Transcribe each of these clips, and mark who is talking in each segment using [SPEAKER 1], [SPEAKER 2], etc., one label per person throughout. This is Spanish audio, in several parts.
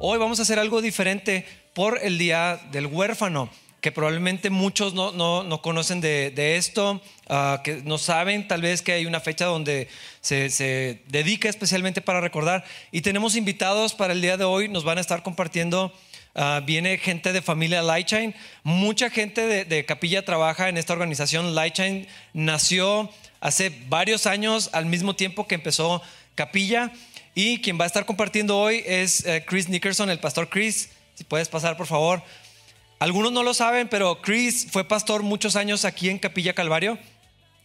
[SPEAKER 1] hoy vamos a hacer algo diferente por el Día del Huérfano, que probablemente muchos no, no, no conocen de, de esto, ah, que no saben tal vez que hay una fecha donde se, se dedica especialmente para recordar. Y tenemos invitados para el día de hoy, nos van a estar compartiendo Ah, viene gente de familia Lightchain. Mucha gente de, de Capilla trabaja en esta organización. Lightchain nació hace varios años, al mismo tiempo que empezó Capilla. Y quien va a estar compartiendo hoy es eh, Chris Nickerson, el pastor Chris. Si puedes pasar, por favor. Algunos no lo saben, pero Chris fue pastor muchos años aquí en Capilla Calvario.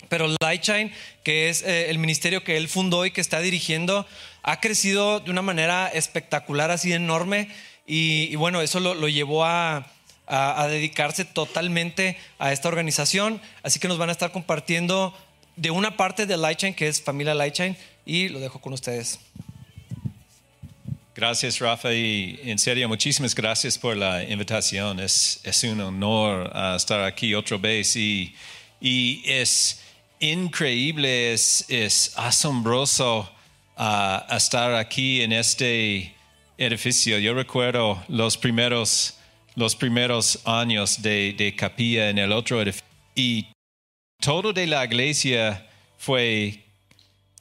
[SPEAKER 1] Pero Lightshine, que es eh, el ministerio que él fundó y que está dirigiendo, ha crecido de una manera espectacular, así enorme. Y, y bueno, eso lo, lo llevó a, a- a dedicarse totalmente a esta organización. Así que nos van a estar compartiendo de una parte de Lightshine, que es familia Lightshine, y lo dejo con ustedes.
[SPEAKER 2] Gracias, Rafa. Y en serio, muchísimas gracias por la invitación. Es, es un honor ah, estar aquí otra vez. Y, y es increíble, es, es asombroso ah, estar aquí en este edificio. Yo recuerdo los primeros, los primeros años de, de capilla en el otro edificio. Y todo de la iglesia fue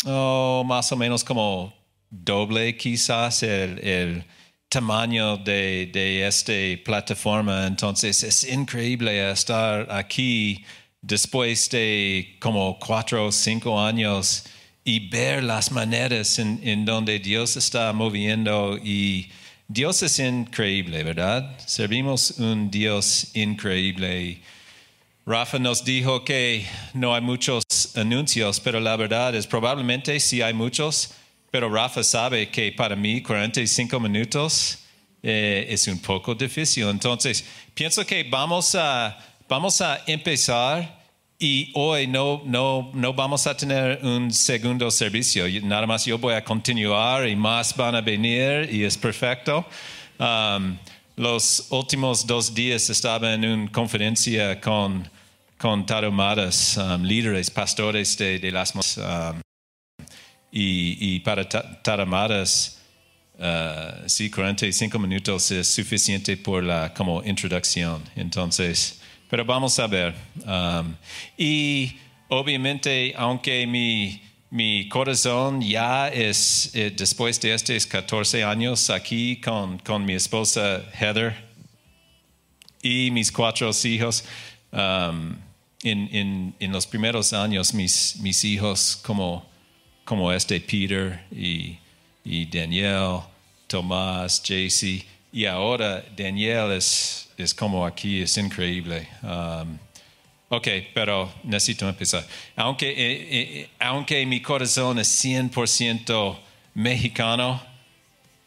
[SPEAKER 2] oh, más o menos como doble quizás el, el tamaño de, de esta plataforma. Entonces es increíble estar aquí después de como cuatro o cinco años y ver las maneras en, en donde Dios está moviendo y Dios es increíble, ¿verdad? Servimos un Dios increíble. Rafa nos dijo que no hay muchos anuncios, pero la verdad es probablemente sí hay muchos, pero Rafa sabe que para mí 45 minutos eh, es un poco difícil. Entonces, pienso que vamos a, vamos a empezar y hoy no, no, no vamos a tener un segundo servicio. Yo- Nada más yo voy a continuar y más van a venir y es perfecto. Um, los últimos dos días estaba en una conferencia con, con tarumadas, um, líderes, pastores de, de las... um, y, y para ta- tarumadas, uh, sí, 45 minutos es suficiente por la como introducción. Entonces, pero vamos a ver. Um, y obviamente, aunque mi, mi corazón ya es, eh, después de estos 14 años aquí con, con mi esposa Heather, y mis cuatro hijos. um, en, en- en los primeros años, mis, mis hijos como, como este Peter y, y Daniel, Tomás, JC, y ahora Daniel es, es como aquí, es increíble. Um, Ok, pero necesito empezar. Aunque, eh, eh, aunque mi corazón es 100% mexicano,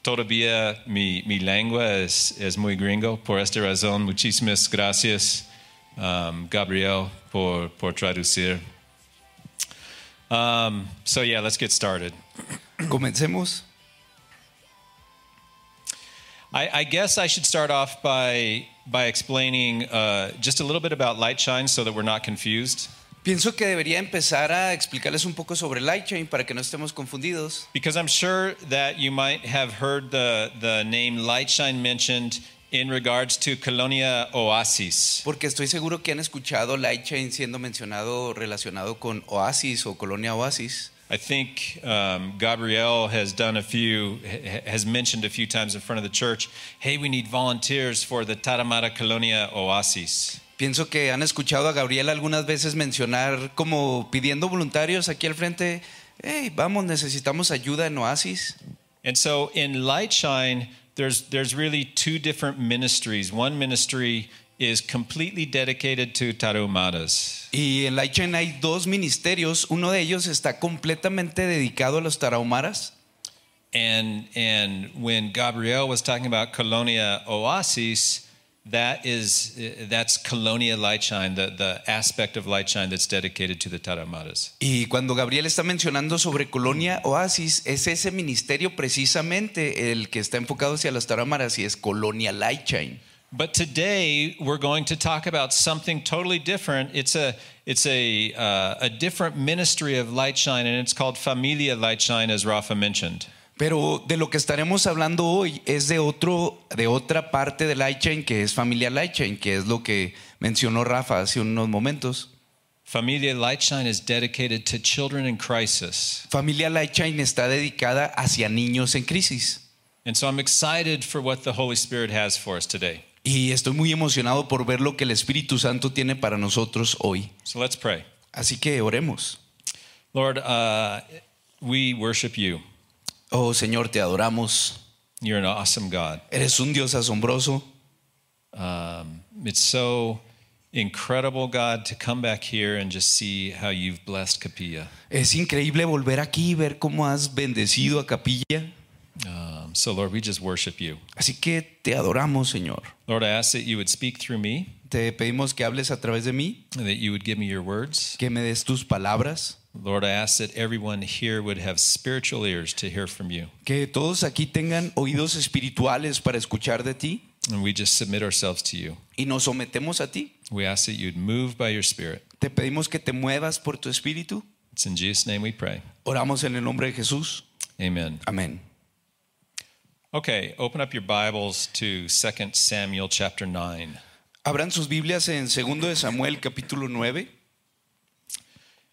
[SPEAKER 2] todavía mi, mi lengua es, es muy gringo. Por esta razón, muchísimas gracias, um, Gabriel, por, por traducir. Um, so, yeah, let's get started.
[SPEAKER 3] Comencemos.
[SPEAKER 2] I, I guess I should start off by, by explaining uh, just a little bit about light shine so that we're not confused.
[SPEAKER 3] Pienso que debería empezar a explicarles un poco sobre Lightchain para que no estemos confundidos.
[SPEAKER 2] Because I'm sure that you might have heard the, the name Lightshine mentioned in regards to Colonia Oasis.
[SPEAKER 3] Porque estoy seguro que han escuchado Lightchain siendo mencionado o relacionado con Oasis o Colonia Oasis.
[SPEAKER 2] I think um, Gabrielle has done a few, ha- has mentioned a few times in front of the church, hey, we need volunteers for the Taramara Colonia Oasis.
[SPEAKER 3] Pienso que han escuchado a Gabriel algunas veces mencionar como pidiendo voluntarios aquí al frente, hey, vamos, necesitamos ayuda en Oasis.
[SPEAKER 2] And so in Lightshine, there's, there's really two different ministries. One ministry is completely dedicated to Tarumadas.
[SPEAKER 3] Y en Lightchain hay dos ministerios, uno de ellos está completamente dedicado a los tarahumaras.
[SPEAKER 2] And and when Gabrielle was talking about Colonia Oasis, that is eh, that's Colonia Lightshine, the, the aspect of Lightshine that's dedicated to the Taramaras.
[SPEAKER 3] Y cuando Gabriel está mencionando sobre Colonia Oasis, es ese ministerio precisamente el que está enfocado hacia las tarahumaras y es Colonia Lightchain.
[SPEAKER 2] But today we're going to talk about something totally different. It's a it's a uh, a different ministry of Lightshine, and it's called Familia Lightshine, as Rafa mentioned.
[SPEAKER 3] Pero de lo que estaremos hablando hoy es de, otro, de otra parte del Lightchain que es familia Lightchain, que es lo que mencionó Rafa hace unos momentos.
[SPEAKER 2] Familia Lightshine is dedicated to children in crisis.
[SPEAKER 3] Familia Lightchain está dedicada hacia niños en crisis.
[SPEAKER 2] And so I'm excited for what the Holy Spirit has for us today.
[SPEAKER 3] Y estoy muy emocionado por ver lo que el Espíritu Santo tiene para nosotros hoy.
[SPEAKER 2] So let's pray.
[SPEAKER 3] Así que oremos.
[SPEAKER 2] Lord, uh, we worship you.
[SPEAKER 3] Oh Señor, te adoramos.
[SPEAKER 2] You're an awesome God.
[SPEAKER 3] Eres un Dios asombroso.
[SPEAKER 2] Um, it's so incredible, God, to come back here and just see how you've blessed Capilla.
[SPEAKER 3] Es increíble volver aquí y ver cómo has bendecido a Capilla.
[SPEAKER 2] Um, so, Lord, we just worship you.
[SPEAKER 3] Así que te adoramos, Señor.
[SPEAKER 2] Lord, I ask that you would speak through me,
[SPEAKER 3] Te pedimos que hables a través de mí,
[SPEAKER 2] and that you would give me your words.
[SPEAKER 3] que me des tus palabras,
[SPEAKER 2] Lord, I ask that everyone here would have spiritual ears to hear from you.
[SPEAKER 3] que todos aquí tengan oídos espirituales para escuchar de ti
[SPEAKER 2] And we just submit ourselves to you.
[SPEAKER 3] y nos sometemos a ti.
[SPEAKER 2] We ask that you'd move by your Spirit.
[SPEAKER 3] Te pedimos que te muevas por tu espíritu.
[SPEAKER 2] It's in Jesus' name we pray.
[SPEAKER 3] Oramos en el nombre de Jesús.
[SPEAKER 2] Amen.
[SPEAKER 3] Amén.
[SPEAKER 2] Okay, open up your Bibles to 2 Samuel chapter 9.
[SPEAKER 3] Abran sus Biblias en 2 de Samuel capítulo 9.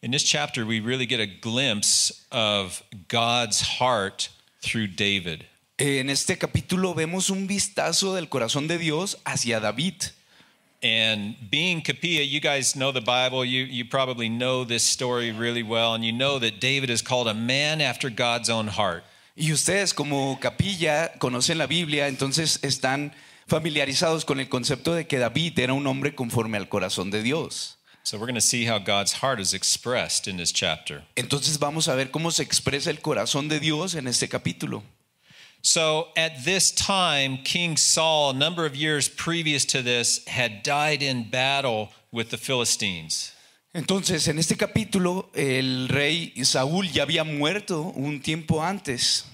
[SPEAKER 2] In this chapter, we really get a glimpse of God's heart through David.
[SPEAKER 3] Eh, En este capítulo vemos un vistazo del corazón de Dios hacia David.
[SPEAKER 2] And being Capilla, you guys know the Bible. You, you probably know this story really well. And you know that David is called a man after God's own heart.
[SPEAKER 3] Y ustedes como capilla conocen la Biblia, entonces están familiarizados con el concepto de que David era un hombre conforme al corazón de Dios.
[SPEAKER 2] So we're going to see how God's heart is expressed in this chapter.
[SPEAKER 3] Entonces vamos a ver cómo se expresa el corazón de Dios en este capítulo.
[SPEAKER 2] So at this time, King Saul, a number of years previous to this, had died in battle with the Philistines.
[SPEAKER 3] Entonces, en este capítulo, el rey Saúl ya había muerto un tiempo antes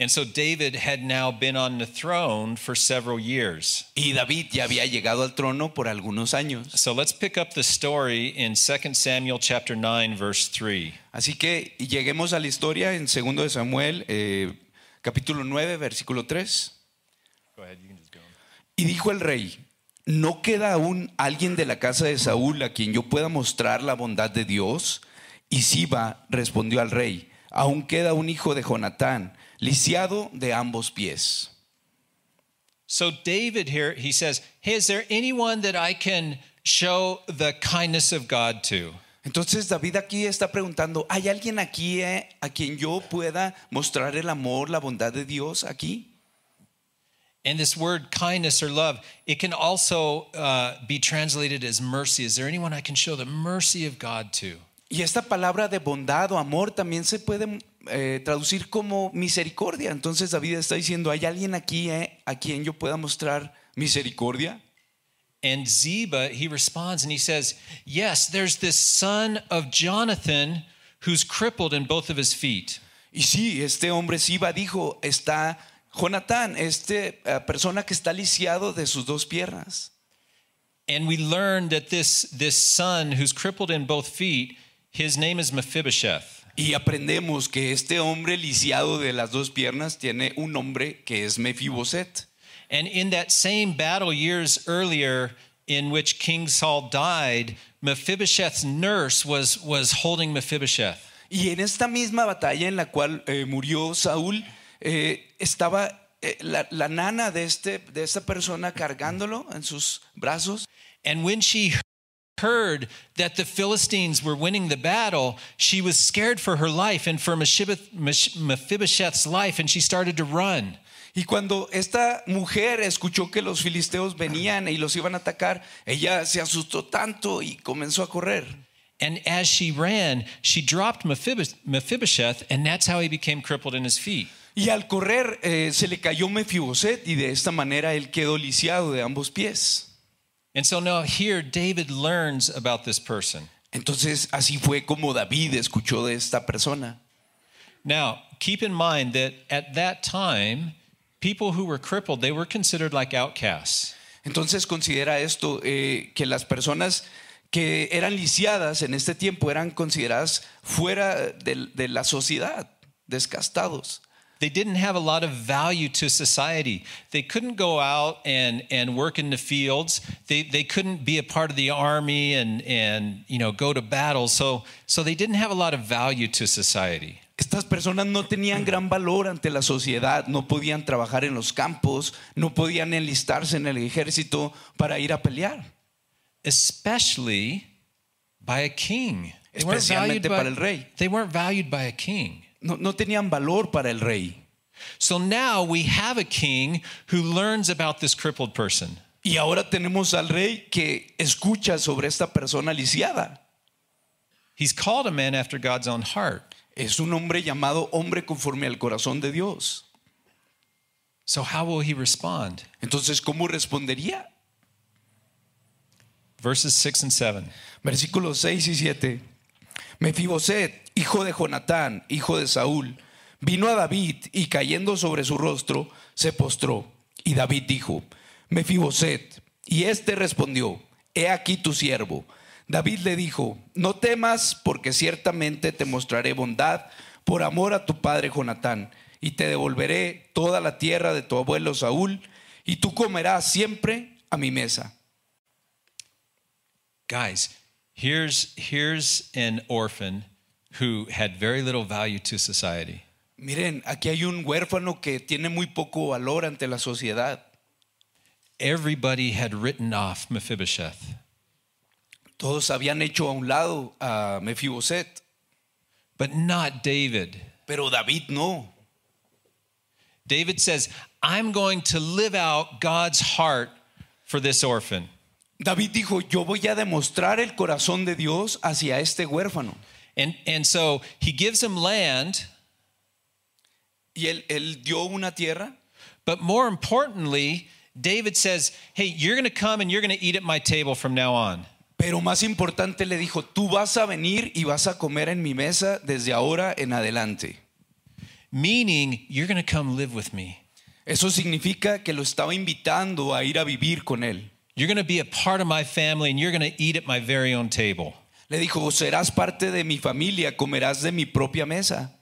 [SPEAKER 2] And so David had now been on the throne for several years.
[SPEAKER 3] y David ya había llegado al trono por algunos años.
[SPEAKER 2] So let's pick up the story in 2 Samuel chapter 9 verse 3.
[SPEAKER 3] Así que lleguemos a la historia en 2 de Samuel, eh, capítulo 9, versículo 3.
[SPEAKER 2] Go ahead, you can just go.
[SPEAKER 3] Y dijo el rey, ¿no queda aún alguien de la casa de Saúl a quien yo pueda mostrar la bondad de Dios? Y Siba respondió al rey, aún queda un hijo de Jonatán, lisiado de ambos pies.
[SPEAKER 2] So David here, he says, "Hey, is there anyone that I can show the kindness of God to?"
[SPEAKER 3] Entonces David aquí está preguntando, ¿hay alguien aquí eh, a quien yo pueda mostrar el amor, la bondad de Dios aquí?
[SPEAKER 2] And this word kindness or love, it can also uh, be translated as mercy. Is there anyone I can show the mercy of God to?
[SPEAKER 3] Y esta palabra de bondad o amor también se puede eh, traducir como misericordia. Entonces David está diciendo, ¿hay alguien aquí eh, a quien yo pueda mostrar misericordia?
[SPEAKER 2] And Ziba, he responds and he says, Yes, there's this son of Jonathan who's crippled in both of his feet.
[SPEAKER 3] Y sí, este hombre Siba dijo, está Jonatán, esta persona que está lisiado de sus dos piernas.
[SPEAKER 2] And we learn that this, this son who's crippled in both feet, his name is Mephibosheth.
[SPEAKER 3] Y aprendemos que este hombre lisiado de las dos piernas tiene un nombre que es Mefiboset.
[SPEAKER 2] And in that same battle years earlier, in which King Saul died, Mephibosheth's nurse was, was holding Mephibosheth.
[SPEAKER 3] Y en esta misma batalla en la cual eh, murió Saúl, eh, estaba eh, la, la nana de, este, de esta persona cargándolo en sus brazos.
[SPEAKER 2] And when she heard that the Philistines were winning the battle, she was scared for her life and for Meshibeth- Mesh- Mephibosheth's life, and she started to run.
[SPEAKER 3] Y cuando esta mujer escuchó que los filisteos venían y los iban a atacar, ella se asustó tanto y comenzó a correr.
[SPEAKER 2] And as she ran, she dropped Mephibos- Mephibosheth, and that's how he became crippled in his feet.
[SPEAKER 3] Y al correr eh, se le cayó Mefiboset y de esta manera él quedó lisiado de ambos pies.
[SPEAKER 2] And so now here, David learns about this person.
[SPEAKER 3] Entonces así fue como David escuchó de esta persona.
[SPEAKER 2] Now, keep in mind that at that time, people who were crippled, they were considered like outcasts.
[SPEAKER 3] Entonces considera esto, eh, que las personas que eran lisiadas en este tiempo eran consideradas fuera del- de la sociedad, descastados.
[SPEAKER 2] They didn't have a lot of value to society. They couldn't go out and, and work in the fields. They, they couldn't be a part of the army and, and you know, go to battle. So, so they didn't have a lot of value to society.
[SPEAKER 3] Estas personas no tenían gran valor ante la sociedad, no podían trabajar en los campos, no podían enlistarse en el ejército para ir a pelear,
[SPEAKER 2] especially by a king. They weren't valued
[SPEAKER 3] especialmente
[SPEAKER 2] by-
[SPEAKER 3] para el rey.
[SPEAKER 2] They weren't valued by a king.
[SPEAKER 3] No, no tenían valor para el rey.
[SPEAKER 2] So now we have a king who learns about this crippled person.
[SPEAKER 3] Y ahora tenemos al rey que escucha sobre esta persona lisiada.
[SPEAKER 2] He's called a man after God's own heart.
[SPEAKER 3] Es un hombre llamado hombre conforme al corazón de Dios.
[SPEAKER 2] So how will he respond?
[SPEAKER 3] Entonces, ¿cómo respondería?
[SPEAKER 2] Verses 6 and 7.
[SPEAKER 3] Versículos 6 y 7. Mefiboset, hijo de Jonatán, hijo de Saúl, vino a David y cayendo sobre su rostro, se postró. Y David dijo, Mefiboset. Y éste respondió, He aquí tu siervo. David le dijo, No temas, porque ciertamente te mostraré bondad por amor a tu padre Jonatán, y te devolveré toda la tierra de tu abuelo Saúl, y tú comerás siempre a mi mesa.
[SPEAKER 2] Guys, here's here's an orphan who had very little value to society.
[SPEAKER 3] Miren, aquí hay un huérfano que tiene muy poco valor ante la sociedad.
[SPEAKER 2] Everybody had written off Mephibosheth.
[SPEAKER 3] Todos habían hecho a un lado a Mefiboset,
[SPEAKER 2] But not David.
[SPEAKER 3] pero David no.
[SPEAKER 2] David says, I'm going to live out God's heart for this orphan.
[SPEAKER 3] David dijo, yo voy a demostrar el corazón de Dios hacia este huérfano.
[SPEAKER 2] And, and so he gives him land,
[SPEAKER 3] Y él, él dio una tierra,
[SPEAKER 2] but more importantly, David says, Hey, you're going to come and you're going to eat at my table from now on.
[SPEAKER 3] pero más importante le dijo, tú vas a venir y vas a comer en mi mesa desde ahora en adelante.
[SPEAKER 2] Meaning, you're going to come live with me.
[SPEAKER 3] Eso significa que lo estaba invitando a ir a vivir con él.
[SPEAKER 2] You're going to be a part of my family and you're going to eat at my very own table.
[SPEAKER 3] Le dijo, serás parte de mi familia, comerás de mi propia mesa.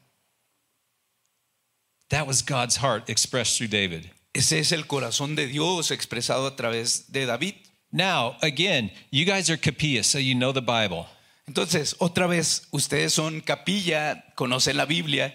[SPEAKER 2] That was God's heart expressed through David.
[SPEAKER 3] Ese es el corazón de Dios expresado a través de David.
[SPEAKER 2] Now, again, you guys are capilla, so you know the Bible.
[SPEAKER 3] Entonces, otra vez, ustedes son capilla, conocen la Biblia.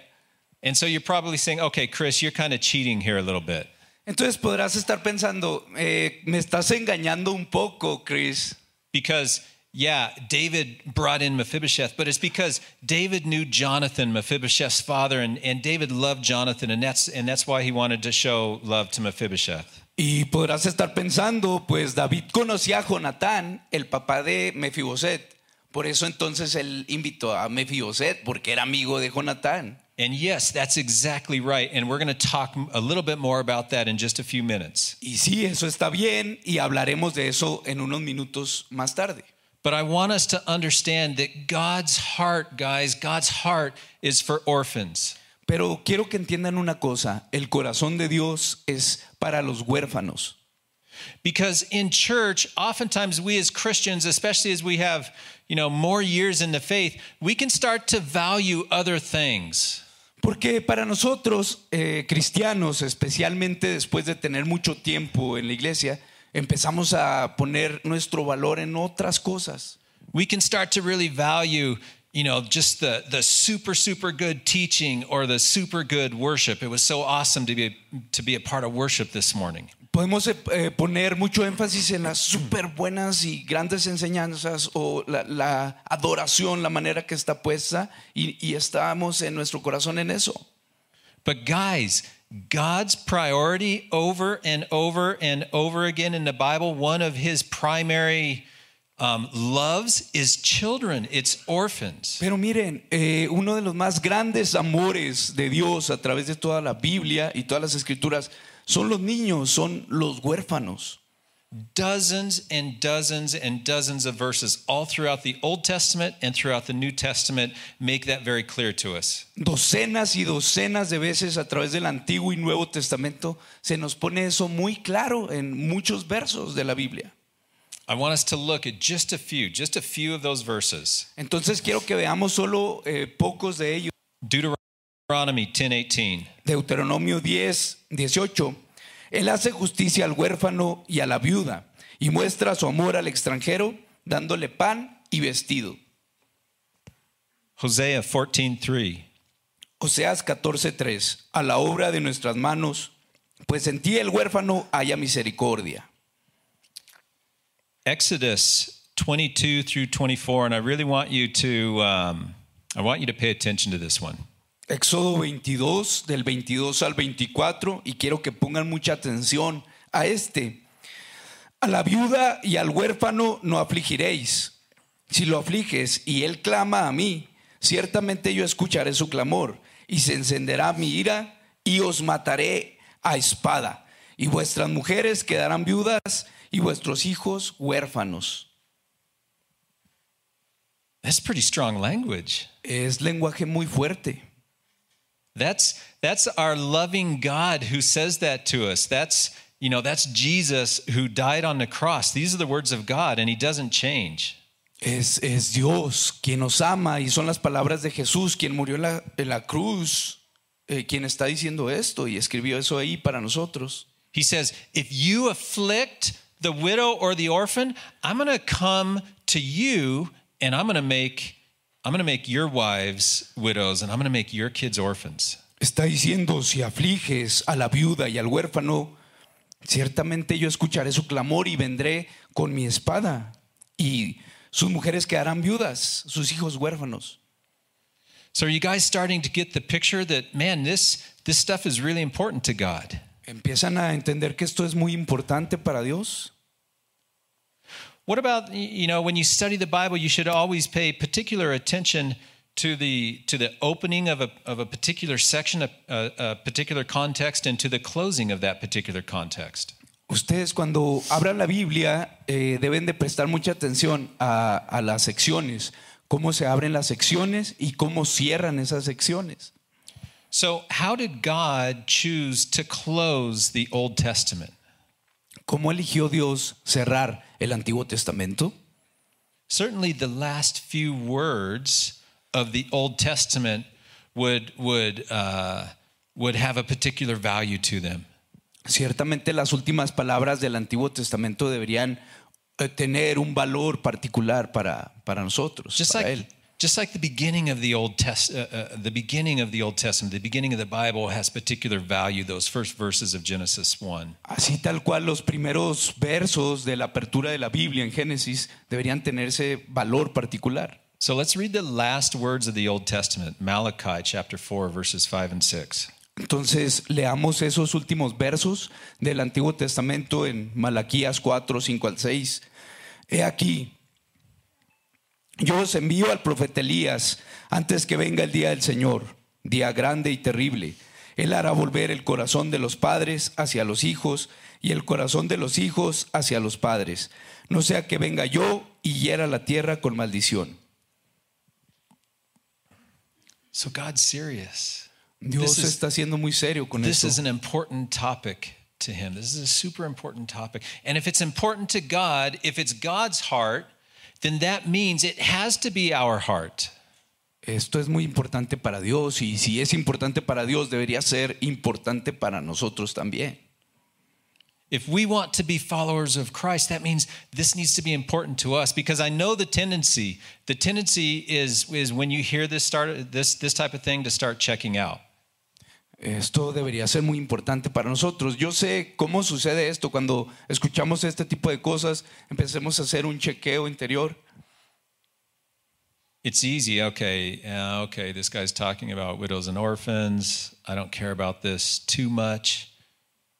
[SPEAKER 2] And so you're probably saying, okay, Chris, you're kind of cheating here a little bit.
[SPEAKER 3] Entonces podrás estar pensando, eh, me estás engañando un poco, Chris.
[SPEAKER 2] Because, yeah, David brought in Mephibosheth, but it's because David knew Jonathan, Mephibosheth's father, and, and David loved Jonathan, and that's, and that's why he wanted to show love to Mephibosheth.
[SPEAKER 3] Y podrás estar pensando, pues David conocía a Jonatán, el papá de Mefiboset. Por eso entonces él invitó a Mefiboset, porque era amigo de Jonatán.
[SPEAKER 2] And yes, that's exactly right. And we're going to talk a little bit more about that in just a few minutes.
[SPEAKER 3] Y sí, eso está bien, y hablaremos de eso en unos minutos más tarde.
[SPEAKER 2] But I want us to understand that God's heart, guys, God's heart is for orphans.
[SPEAKER 3] Pero quiero que entiendan una cosa, el corazón de Dios es para los huérfanos.
[SPEAKER 2] Because in church, oftentimes we as Christians, especially as we have, you know, more years in the faith, we can start to value other things.
[SPEAKER 3] Porque para nosotros, eh, cristianos, especialmente después de tener mucho tiempo en la iglesia, empezamos a poner nuestro valor en otras cosas.
[SPEAKER 2] We can start to really value, you know, just the the super super good teaching or the super good worship. It was so awesome to be to be a part of worship this morning.
[SPEAKER 3] Podemos eh, eh, poner mucho énfasis en las súper buenas y grandes enseñanzas o la, la adoración, la manera que está puesta y- y estamos en nuestro corazón en eso.
[SPEAKER 2] But guys, God's priority over and over and over again in the Bible, one of his primary um, loves is children, it's orphans.
[SPEAKER 3] Pero miren, eh, uno de los más grandes amores de Dios a través de toda la Biblia y todas las escrituras son los niños, son los huérfanos.
[SPEAKER 2] Dozens and dozens and dozens of verses all throughout the Old Testament and throughout the New Testament make that very clear to us.
[SPEAKER 3] Docenas y docenas de veces a través del Antiguo y Nuevo Testamento se nos pone eso muy claro en muchos versos de la Biblia.
[SPEAKER 2] I want us to look at just a few, just a few of those verses.
[SPEAKER 3] Entonces quiero que veamos solo eh, pocos de ellos.
[SPEAKER 2] Deuteronomy Deuteronomy 10:18.
[SPEAKER 3] Deuteronomio 10, 18. Él hace justicia al huérfano y a la viuda y muestra su amor al extranjero dándole pan y vestido.
[SPEAKER 2] Hosea 14:3.
[SPEAKER 3] Oseas 14:3. A la obra de nuestras manos, pues en ti el huérfano haya misericordia.
[SPEAKER 2] Exodus 22 through 24, and I really want you to um, I want you to pay attention to this one.
[SPEAKER 3] Éxodo 22, del 22 al 24, y quiero que pongan mucha atención a este. A la viuda y al huérfano no afligiréis. Si lo afliges y él clama a mí, ciertamente yo escucharé su clamor, y se encenderá mi ira, y os mataré a espada, y vuestras mujeres quedarán viudas, y vuestros hijos huérfanos.
[SPEAKER 2] That's pretty strong language.
[SPEAKER 3] Es lenguaje muy fuerte.
[SPEAKER 2] That's that's our loving God who says that to us. That's you know, that's Jesus who died on the cross. These are the words of God and he doesn't change.
[SPEAKER 3] Es, es Dios quien nos ama y son las palabras de Jesús quien murió en la, en la cruz, eh, quien está diciendo esto y escribió eso ahí para nosotros.
[SPEAKER 2] He says, "If you afflict the widow or the orphan, I'm going to come to you and I'm going to make I'm going to make your wives widows and I'm going to make your kids orphans."
[SPEAKER 3] Está diciendo, si afliges a la viuda y al huérfano, ciertamente yo escucharé su clamor y vendré con mi espada. Y sus mujeres quedarán viudas, sus hijos huérfanos.
[SPEAKER 2] So are you guys starting to get the picture that man, this this stuff is really important to God?
[SPEAKER 3] ¿Empiezan a entender que esto es muy importante para Dios?
[SPEAKER 2] What about y- you know when you study the Bible, you should always pay particular attention to the to the opening of a of a particular section, a, a, a particular context, and to the closing of that particular context.
[SPEAKER 3] Ustedes cuando abran la Biblia eh, deben de prestar mucha atención a, a las secciones, cómo se abren las secciones y cómo cierran esas secciones.
[SPEAKER 2] So, how did God choose to close the Old Testament?
[SPEAKER 3] ¿Cómo eligió Dios cerrar el Antiguo Testamento?
[SPEAKER 2] Certainly, the last few words of the Old Testament would would uh, would have a particular value to them.
[SPEAKER 3] Ciertamente las últimas palabras del Antiguo Testamento deberían eh, tener un valor particular para, para nosotros,
[SPEAKER 2] just
[SPEAKER 3] para
[SPEAKER 2] like
[SPEAKER 3] Él.
[SPEAKER 2] just like the beginning of the old test uh, uh, the beginning of the old testament the beginning of the bible has particular value those first verses of genesis 1
[SPEAKER 3] Así tal cual los primeros versos de la apertura de la Biblia en Génesis deberían tener ese valor particular.
[SPEAKER 2] so let's read the last words of the old testament malachi chapter 4 verses 5 and 6
[SPEAKER 3] Entonces leamos esos últimos versos del Antiguo Testamento en Malaquías 4, 5 al 6. He aquí, yo os envío al profeta Elías antes que venga el día del Señor, día grande y terrible. Él hará volver el corazón de los padres hacia los hijos y el corazón de los hijos hacia los padres. No sea que venga yo y hiera la tierra con maldición.
[SPEAKER 2] so god's serious
[SPEAKER 3] Dios
[SPEAKER 2] This is-
[SPEAKER 3] está siendo muy serio con
[SPEAKER 2] this
[SPEAKER 3] esto.
[SPEAKER 2] is an important topic to him this is a super important topic and if it's important to god if it's god's heart then that means it has to be our heart
[SPEAKER 3] Esto es muy importante para Dios y si es importante para Dios debería ser importante para nosotros también.
[SPEAKER 2] If we want to be followers of Christ, that means this needs to be important to us because I know the tendency. The tendency is, is when you hear this start this this type of thing to start checking out.
[SPEAKER 3] Esto debería ser muy importante para nosotros. Yo sé cómo sucede esto cuando escuchamos este tipo de cosas, empecemos a hacer un chequeo interior.
[SPEAKER 2] It's easy, okay, uh, okay, this guy's talking about widows and orphans. I don't care about this too much.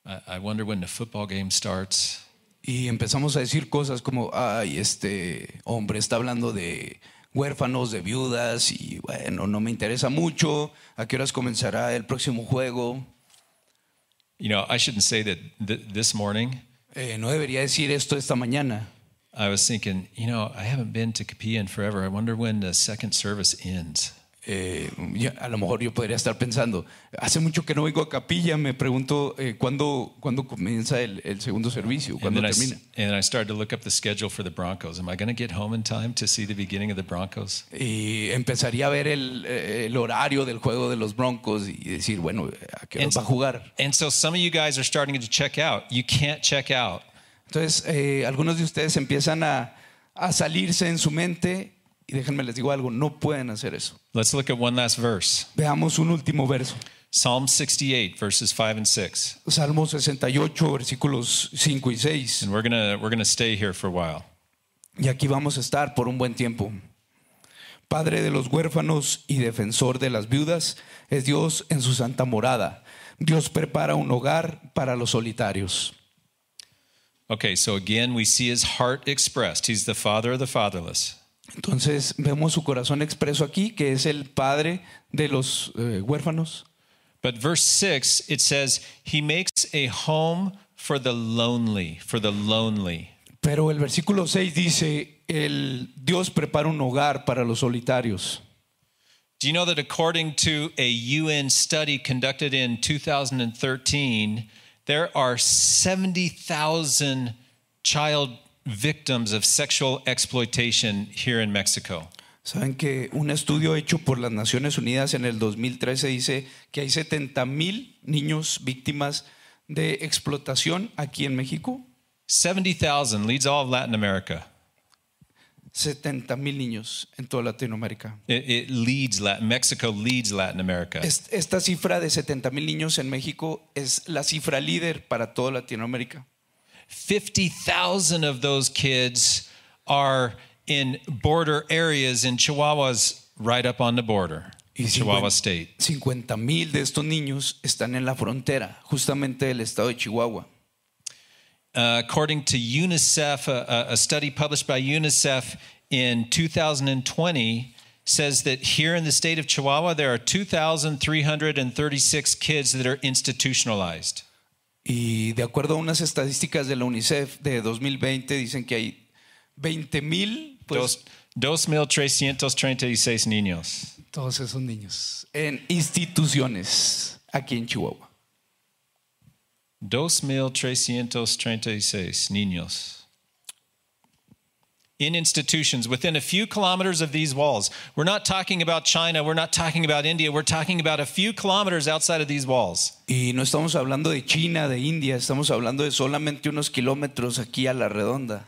[SPEAKER 2] I, I wonder when the football game starts.
[SPEAKER 3] Y empezamos a decir cosas como, ay, este hombre está hablando de huérfanos, de viudas, y bueno, no me interesa mucho, ¿a qué horas comenzará el próximo juego?
[SPEAKER 2] You know, I shouldn't say that th- this morning.
[SPEAKER 3] Eh, no debería decir esto esta mañana.
[SPEAKER 2] I was thinking, you know, I haven't been to Capilla in forever. I wonder when the second service ends.
[SPEAKER 3] eh, ya- a lo mejor yo podría estar pensando, hace mucho que no vengo a capilla, me pregunto eh, ¿cuándo, cuándo comienza el, el segundo servicio,
[SPEAKER 2] And
[SPEAKER 3] cuándo
[SPEAKER 2] then I,
[SPEAKER 3] termina.
[SPEAKER 2] s- and I started to look up the schedule for the Broncos. Am I going to get home in time to see the beginning of the Broncos?
[SPEAKER 3] Y empezaría a ver el, eh, el horario del juego de los Broncos y decir, bueno, ¿a qué hora
[SPEAKER 2] And-
[SPEAKER 3] va a jugar?
[SPEAKER 2] And so some of you guys are starting to check out. You can't check out.
[SPEAKER 3] Entonces, eh, algunos de ustedes empiezan a, a salirse en su mente y déjenme les digo algo, no pueden hacer eso.
[SPEAKER 2] Let's look at one last verse
[SPEAKER 3] Veamos un último verso.
[SPEAKER 2] Psalm 68, verses 5 and 6.
[SPEAKER 3] Salmo 68, versículos 5 y 6.
[SPEAKER 2] And we're going to we're going to stay here for a while.
[SPEAKER 3] Y aquí vamos a estar por un buen tiempo. Padre de los huérfanos y defensor de las viudas, es Dios en su santa morada. Dios prepara un hogar para los solitarios.
[SPEAKER 2] Okay, so again, we see his heart expressed. He's the father of the fatherless.
[SPEAKER 3] Entonces vemos su corazón expreso aquí, que es el padre de los eh, huérfanos.
[SPEAKER 2] But verse 6, it says, He makes a home for the lonely, for the lonely.
[SPEAKER 3] Pero el versículo 6 dice, el Dios prepara un hogar para los solitarios.
[SPEAKER 2] Do you know that according to a UN study conducted in 2013, there are 70,000 child victims of sexual exploitation here in Mexico?
[SPEAKER 3] Saben que un estudio hecho por las Naciones Unidas en el 2013 dice que hay 70 mil niños víctimas de explotación aquí en México.
[SPEAKER 2] 70,000 leads all of Latin America.
[SPEAKER 3] 70 mil niños en toda Latinoamérica.
[SPEAKER 2] It, it leads Latin, Mexico leads Latin America.
[SPEAKER 3] Es- Esta cifra de 70 mil niños en México es la cifra líder para toda Latinoamérica.
[SPEAKER 2] 50,000 of those kids are in border areas in Chihuahua's right up on the border, in Chihuahua State.
[SPEAKER 3] 50 mil de estos niños están en la frontera, justamente del estado de Chihuahua.
[SPEAKER 2] Uh, according to UNICEF, a, a- a study published by UNICEF in 2020 says that here in the state of Chihuahua, there are 2,336 kids that are institutionalized.
[SPEAKER 3] Y de acuerdo a unas estadísticas de la UNICEF de 2020, dicen que hay 20 mil pues,
[SPEAKER 2] Dos, dos mil trescientos treinta y seis niños.
[SPEAKER 3] todos esos niños en instituciones aquí en Chihuahua.
[SPEAKER 2] Dos mil trescientos treinta y seis niños. In institutions within a few kilometers of these walls. We're not talking about China. We're not talking about India. We're talking about a few kilometers outside of these walls.
[SPEAKER 3] Y no estamos hablando de China, de India, estamos hablando de solamente unos kilómetros aquí a la redonda.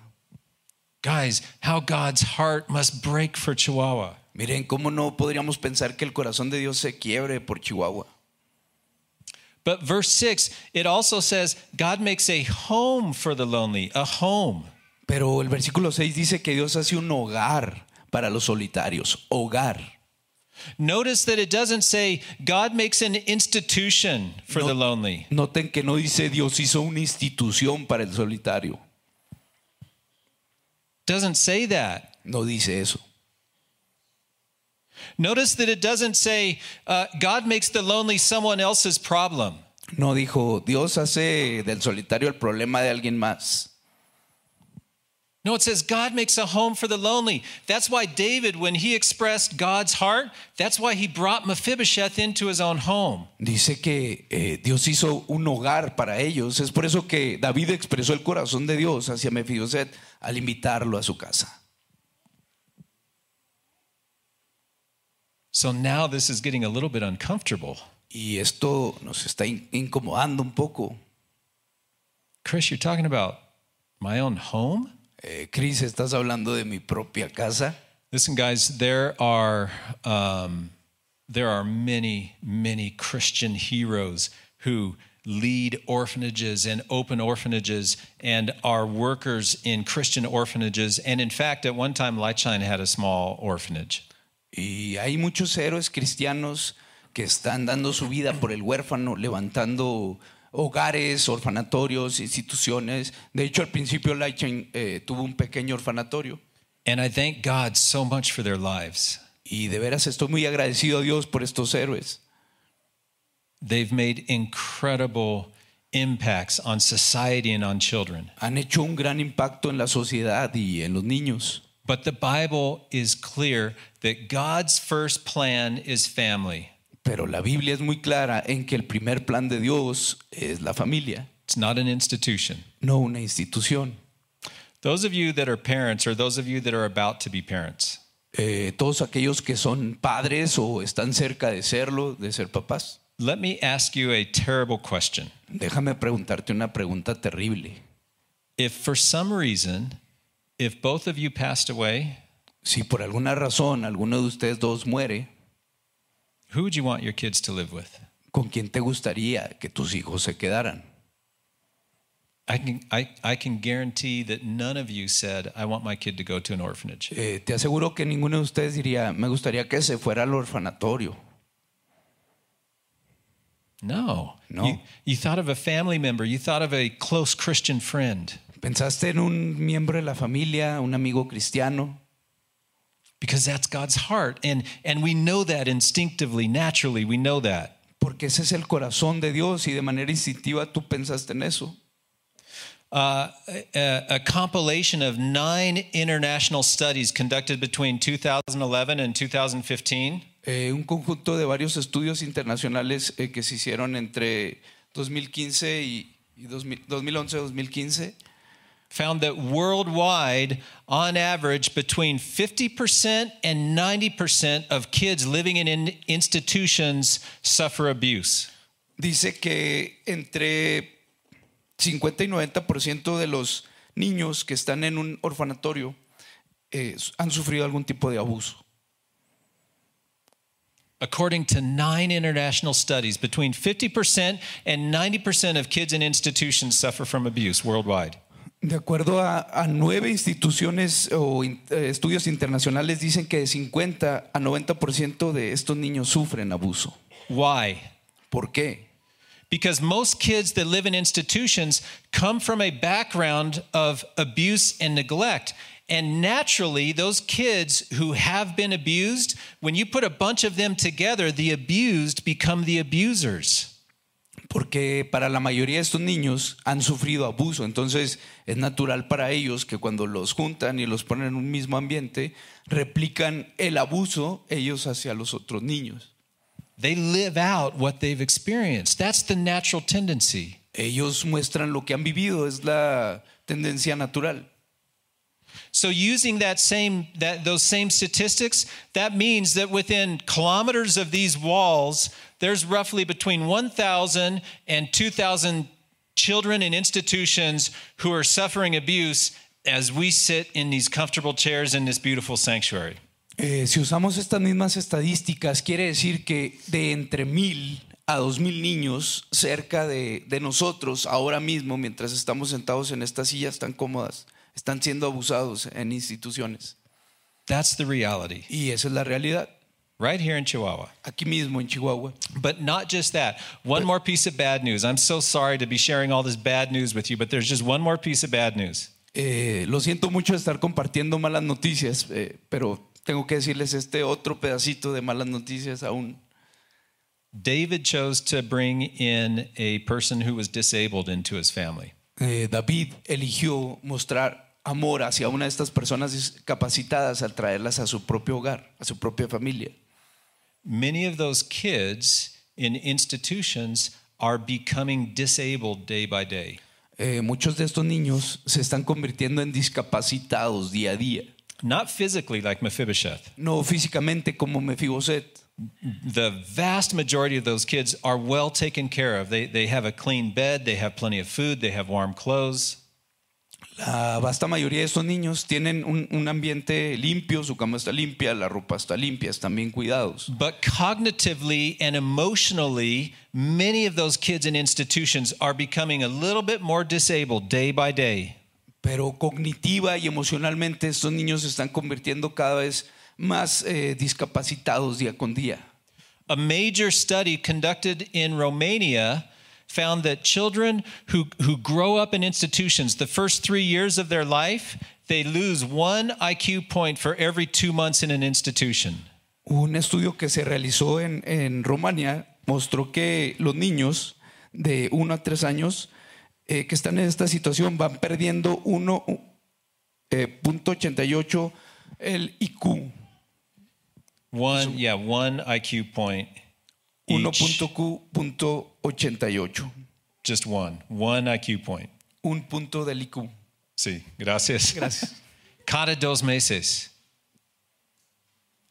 [SPEAKER 2] Guys, how God's heart must break for Chihuahua.
[SPEAKER 3] Miren, ¿cómo no podríamos pensar que el corazón de Dios se quiebre por Chihuahua?
[SPEAKER 2] But verse 6, it also says, God makes a home for the lonely, a home.
[SPEAKER 3] Pero el versículo 6 dice que Dios hace un hogar para los solitarios, hogar.
[SPEAKER 2] Notice that it doesn't say God makes an institution for
[SPEAKER 3] No-
[SPEAKER 2] the lonely.
[SPEAKER 3] Noten que no dice Dios hizo una institución para el solitario,
[SPEAKER 2] Doesn't say that.
[SPEAKER 3] no dice eso.
[SPEAKER 2] Notice that it doesn't say uh, God makes the lonely someone else's problem.
[SPEAKER 3] No dijo Dios hace del solitario el problema de alguien más.
[SPEAKER 2] No, it says God makes a home for the lonely. That's why David, when he expressed God's heart, that's why he brought Mephibosheth into his own home.
[SPEAKER 3] Dice que eh, Dios hizo un hogar para ellos. Es por eso que David expresó el corazón de Dios hacia Mefiboset al invitarlo a su casa.
[SPEAKER 2] So now this is getting a little bit uncomfortable.
[SPEAKER 3] Y esto nos está in- incomodando un poco.
[SPEAKER 2] Chris, you're talking about my own home?
[SPEAKER 3] Eh, Cris, estás hablando de mi propia casa.
[SPEAKER 2] Listen, guys, there are um, there are many, many Christian heroes who lead orphanages and open orphanages and are workers in Christian orphanages. And in fact, at one time, Lightshine had a small orphanage.
[SPEAKER 3] Y hay muchos héroes cristianos que están dando su vida por el huérfano, levantando hogares, orfanatorios, instituciones. De hecho, al principio Lightchain eh, tuvo un pequeño orfanatorio.
[SPEAKER 2] And I thank God so much for their lives.
[SPEAKER 3] Y de veras estoy muy agradecido a Dios por estos héroes.
[SPEAKER 2] They've made incredible impacts on society and on children.
[SPEAKER 3] han hecho un gran impacto en la sociedad y en los niños.
[SPEAKER 2] But the Bible is clear that God's first plan is family.
[SPEAKER 3] Pero la Biblia es muy clara en que el primer plan de Dios es la familia,
[SPEAKER 2] It's not an institution.
[SPEAKER 3] no una institución.
[SPEAKER 2] Those of you that are parents or those of you that are about to be parents,
[SPEAKER 3] Eh, todos aquellos que son padres o están cerca de serlo, de ser papás,
[SPEAKER 2] let me ask you a terrible question.
[SPEAKER 3] déjame preguntarte una pregunta terrible.
[SPEAKER 2] If for some reason, if both of you passed away,
[SPEAKER 3] Si por alguna razón alguno de ustedes dos muere,
[SPEAKER 2] who would you want your kids to live with?
[SPEAKER 3] ¿con quién te gustaría que tus hijos se quedaran?
[SPEAKER 2] I can, I, I can guarantee that none of you said, I want my kid to go to an orphanage.
[SPEAKER 3] Eh, te aseguro que ninguno de ustedes diría, me gustaría que se fuera al orfanatorio.
[SPEAKER 2] No.
[SPEAKER 3] No.
[SPEAKER 2] You, you thought of a family member, you thought of a close Christian friend,
[SPEAKER 3] Pensaste en un miembro de la familia, un amigo cristiano,
[SPEAKER 2] because that's God's heart. And, and we know that instinctively, naturally, we know that.
[SPEAKER 3] porque ese es el corazón de Dios y de manera instintiva tú pensaste en eso.
[SPEAKER 2] Uh, a, a compilation of nine international studies conducted between 2011 and 2015
[SPEAKER 3] Eh, un conjunto de varios estudios internacionales eh, que se hicieron entre 2015 y, 2011-2015
[SPEAKER 2] found that worldwide, on average, between 50% and 90% of kids living in, in institutions suffer abuse.
[SPEAKER 3] dice que entre 50 y 90% de los niños que están en un orfanatorio eh, han sufrido algún tipo de abuso.
[SPEAKER 2] According to nine international studies, between 50% and 90% of kids in institutions suffer from abuse worldwide.
[SPEAKER 3] De acuerdo a, a nueve instituciones o in- eh, estudios internacionales, dicen que de 50 a 90% de estos niños sufren abuso.
[SPEAKER 2] Why?
[SPEAKER 3] ¿Por qué?
[SPEAKER 2] Because most kids that live in institutions come from a background of abuse and neglect. And naturally, those kids who have been abused, when you put a bunch of them together, the abused become the abusers.
[SPEAKER 3] Porque para la mayoría de estos niños han sufrido abuso, entonces es natural para ellos que cuando los juntan y los ponen en un mismo ambiente, replican el abuso ellos hacia los otros niños.
[SPEAKER 2] They live out what they've experienced. That's the natural tendency.
[SPEAKER 3] Ellos muestran lo que han vivido, es la tendencia natural.
[SPEAKER 2] So using that same that those same statistics, that means that within kilometers of these walls, there's roughly between 1,000 and 2,000 children in institutions who are suffering abuse as we sit in these comfortable chairs in this beautiful sanctuary.
[SPEAKER 3] Eh, si usamos estas mismas estadísticas, quiere decir que de entre mil a dos mil niños cerca de, de nosotros, ahora mismo, mientras estamos sentados en estas sillas tan cómodas, están siendo abusados en instituciones.
[SPEAKER 2] That's the reality
[SPEAKER 3] Y esa es la realidad,
[SPEAKER 2] right here in Chihuahua.
[SPEAKER 3] aquí mismo en Chihuahua.
[SPEAKER 2] But not just that. One more piece of bad news. I'm so sorry to be sharing all this bad news with you, but there's just one more piece of bad news.
[SPEAKER 3] Eh, lo siento mucho estar compartiendo malas noticias, eh, pero tengo que decirles este otro pedacito de malas noticias aún.
[SPEAKER 2] David chose to bring in a person who was disabled into his family.
[SPEAKER 3] Eh, David eligió mostrar amor hacia una de estas personas discapacitadas al traerlas a su propio hogar, a su propia familia.
[SPEAKER 2] Many of those kids in institutions are becoming disabled day by day.
[SPEAKER 3] Eh, muchos de estos niños se están convirtiendo en discapacitados día a día,
[SPEAKER 2] Not physically like Mephibosheth.
[SPEAKER 3] no físicamente como Mefiboset.
[SPEAKER 2] The vast majority of those kids are well taken care of. They, they have a clean bed, they have plenty of food, they have warm clothes.
[SPEAKER 3] La vasta mayoría de estos niños tienen un, un ambiente limpio, su cama está limpia, la ropa está limpia, están bien cuidados.
[SPEAKER 2] But cognitively and emotionally, many of those kids in institutions are becoming a little bit more disabled day by day.
[SPEAKER 3] Pero cognitiva y emocionalmente estos niños se están convirtiendo cada vez más eh, discapacitados día con día.
[SPEAKER 2] A major study conducted in Romania found that children who, who grow up in institutions the first three years of their life, they lose one IQ point for every two months in an institution.
[SPEAKER 3] Un estudio que se realizó en, en Rumania mostró que los niños de 1 a 3 años eh, eh, que están en esta situación van perdiendo 1.88 el IQ.
[SPEAKER 2] One, yeah, one IQ point. each.
[SPEAKER 3] 1.Q.88.
[SPEAKER 2] Just one. One IQ point.
[SPEAKER 3] Un punto del IQ.
[SPEAKER 2] Sí, gracias. Gracias. Cada dos meses.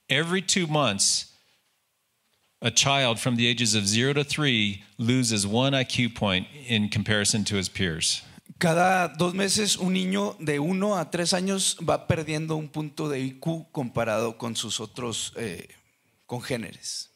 [SPEAKER 2] Every two months, a child from the ages of zero to three loses one IQ point in comparison to his peers.
[SPEAKER 3] Cada dos meses un niño de 1 a 3 años va perdiendo un punto de IQ comparado con sus otros eh, congéneres.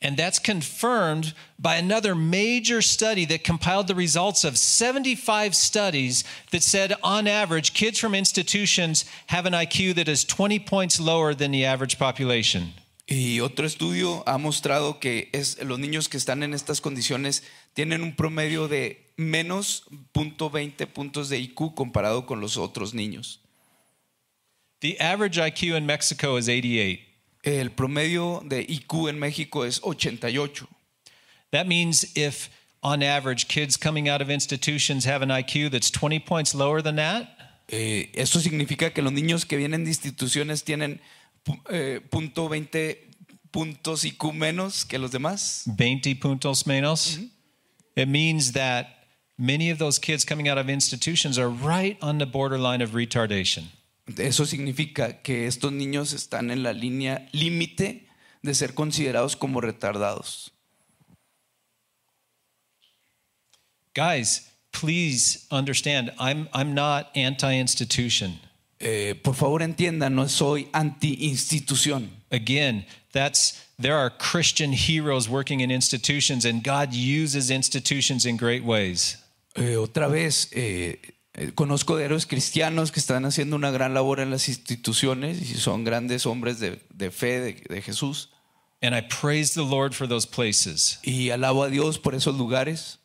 [SPEAKER 2] And that's confirmed by another major study that compiled the results of 75 studies that said, on average, kids from institutions have an IQ that is 20 points lower than the average population.
[SPEAKER 3] Y otro estudio ha mostrado que es, los niños que están en estas condiciones tienen un promedio de menos .20 puntos de IQ comparado con los otros niños.
[SPEAKER 2] The average IQ in Mexico is 88.
[SPEAKER 3] El promedio de IQ en México es 88.
[SPEAKER 2] That means if, on average, kids coming out of institutions have an IQ that's 20 points lower than that,
[SPEAKER 3] Eh, esto significa que los niños que vienen de instituciones tienen pu- eh, punto .20 puntos IQ menos que los demás.
[SPEAKER 2] 20 puntos menos, it means that many of those kids coming out of institutions are right on the borderline of retardation.
[SPEAKER 3] Eso significa que estos niños están en la línea límite de ser considerados como retardados.
[SPEAKER 2] Guys, please understand, I'm, I'm not anti institution.
[SPEAKER 3] Eh, por favor entiendan, no soy anti-institución.
[SPEAKER 2] Again, that's there are Christian heroes working in institutions, and God uses institutions in great ways.
[SPEAKER 3] Eh, otra vez, eh, eh, conozco de héroes cristianos que están haciendo una gran labor en las instituciones y son grandes hombres de, de fe de, de Jesús.
[SPEAKER 2] And I praise the Lord for those places.
[SPEAKER 3] Y alabo a Dios por esos lugares.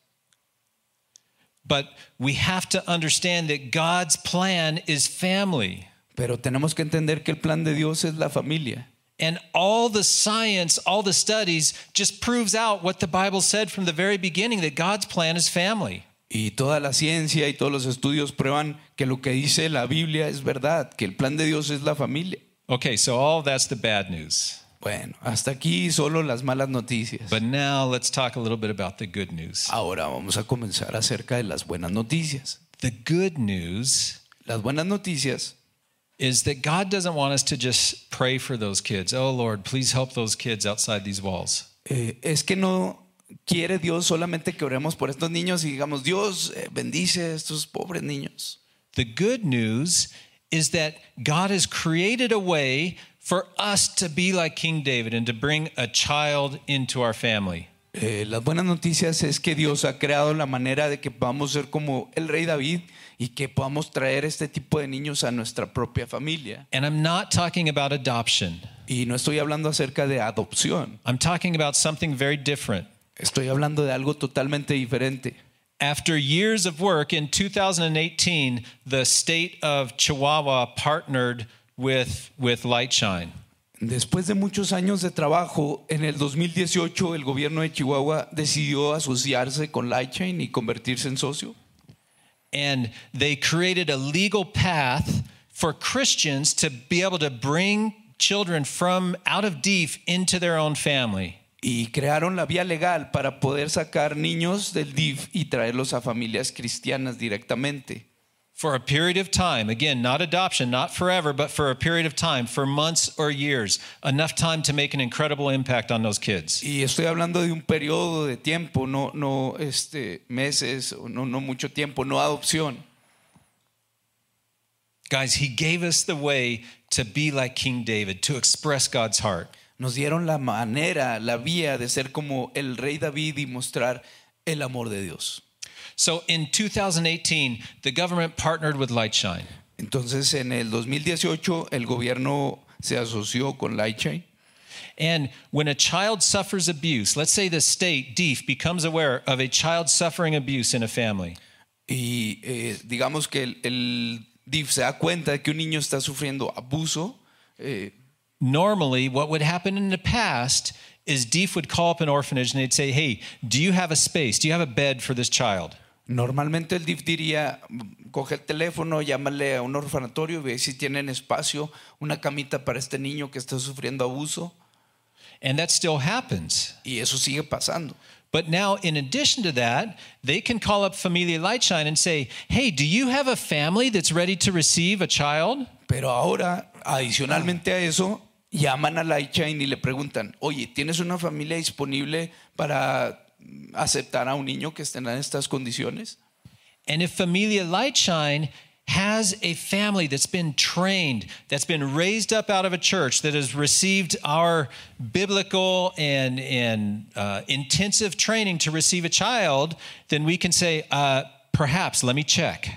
[SPEAKER 2] But we have to understand that God's plan is family.
[SPEAKER 3] Pero tenemos que entender que el plan de Dios es la familia.
[SPEAKER 2] And all the science, all the studies just proves out what the Bible said from the very beginning that God's plan is family.
[SPEAKER 3] Y toda la ciencia y todos los estudios prueban que lo que dice la Biblia es verdad, que el plan de Dios es la familia.
[SPEAKER 2] Okay, so all that's the bad news.
[SPEAKER 3] Bueno, hasta aquí solo las malas noticias.
[SPEAKER 2] But now let's talk a little bit about the good news.
[SPEAKER 3] Ahora vamos a comenzar acerca de las buenas noticias.
[SPEAKER 2] The good news
[SPEAKER 3] Las buenas noticias
[SPEAKER 2] is that God doesn't want us to just pray for those kids. Oh Lord, please help those kids outside these walls.
[SPEAKER 3] eh, es que no quiere Dios solamente que oremos por estos niños y digamos, Dios eh, bendice a estos pobres niños.
[SPEAKER 2] The good news is that God has created a way for us to be like King David and to bring a child into our family.
[SPEAKER 3] Eh, las buenas noticias es que Dios ha creado la manera de que podamos ser como el rey David y que podamos traer este tipo de niños a nuestra propia familia.
[SPEAKER 2] And I'm not talking about adoption.
[SPEAKER 3] Y no estoy hablando acerca de adopción,
[SPEAKER 2] I'm talking about something very different.
[SPEAKER 3] estoy hablando de algo totalmente diferente.
[SPEAKER 2] After years of work in 2018, the state of Chihuahua partnered with, with Lightshine.
[SPEAKER 3] Después de muchos años de trabajo, en el 2018 el gobierno de Chihuahua decidió asociarse con Lightchain y convertirse en socio.
[SPEAKER 2] And they created a legal path for Christians to be able to bring children from out of DEEF into their own family.
[SPEAKER 3] Y crearon la vía legal para poder sacar niños del DIF y traerlos a familias cristianas directamente.
[SPEAKER 2] For a period of time, again, not adoption, not forever, but for a period of time, for months or years, enough time to make an incredible impact on those kids.
[SPEAKER 3] Y estoy hablando de un periodo de tiempo, no, no este, meses, o no, no mucho tiempo, no adopción.
[SPEAKER 2] Guys, he gave us the way to be like King David, to express God's heart.
[SPEAKER 3] Nos dieron la manera, la vía de ser como el rey David y mostrar el amor de Dios.
[SPEAKER 2] So in 2018, the government partnered with Lightshine.
[SPEAKER 3] Entonces, en el 2018, el gobierno se asoció con Lightchain.
[SPEAKER 2] And when a child suffers abuse, let's say the state, DEEF, becomes aware of a child suffering abuse in a family,
[SPEAKER 3] Y eh, digamos que el, el DIF se da cuenta de que un niño está sufriendo abuso. eh,
[SPEAKER 2] normally what would happen in the past E is DEEF would call up an orphanage and they'd say, Hey, do you have a space? Do you have a bed for this child?
[SPEAKER 3] Normalmente el DIF diría, mm, coge el teléfono, llámale a un orfanatorio, ve si tienen espacio, una camita para este niño que está sufriendo abuso.
[SPEAKER 2] And that still happens.
[SPEAKER 3] Y eso sigue pasando.
[SPEAKER 2] But now, in addition to that, they can call up Familia Lightshine and say, Hey, do you have a family that's ready to receive a child?
[SPEAKER 3] Pero ahora, adicionalmente a eso, llaman a Lightchain y le preguntan, oye, ¿tienes una familia disponible para aceptar a un niño que esté en estas condiciones?
[SPEAKER 2] And if Familia Lightshine has a family that's been trained, that's been raised up out of a church, that has received our biblical and, and uh, intensive training to receive a child, then we can say, uh, Perhaps, let me check.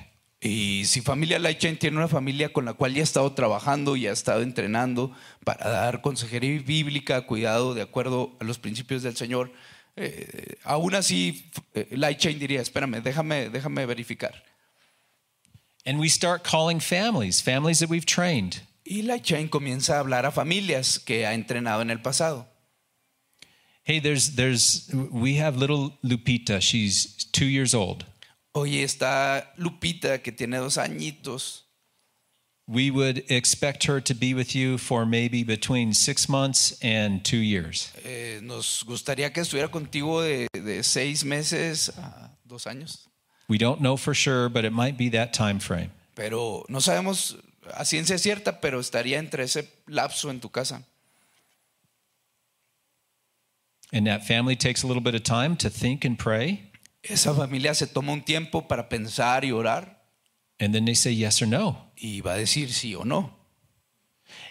[SPEAKER 3] Y si familia Lightchain tiene una familia con la cual ya ha estado trabajando y ha estado entrenando para dar consejería bíblica, cuidado de acuerdo a los principios del Señor, eh, aún así eh, Lightchain diría, espérame, déjame, déjame verificar.
[SPEAKER 2] And we start calling families, families that we've trained.
[SPEAKER 3] Y Lightchain comienza a hablar a familias que ha entrenado en el pasado.
[SPEAKER 2] Hey, there's there's we have little Lupita. She's two years old.
[SPEAKER 3] Oye, está Lupita que tiene dos añitos.
[SPEAKER 2] We would expect her to be with you for maybe between six months and two years.
[SPEAKER 3] Eh, nos gustaría que estuviera contigo de, de seis meses a dos años,
[SPEAKER 2] We don't know for sure, but it might be that time frame.
[SPEAKER 3] pero no sabemos a ciencia cierta, pero estaría entre ese lapso en tu casa.
[SPEAKER 2] And that family takes a little bit of time to think and pray,
[SPEAKER 3] Esa familia se toma un tiempo para pensar y orar
[SPEAKER 2] and then they say yes or no.
[SPEAKER 3] y va a decir sí o no.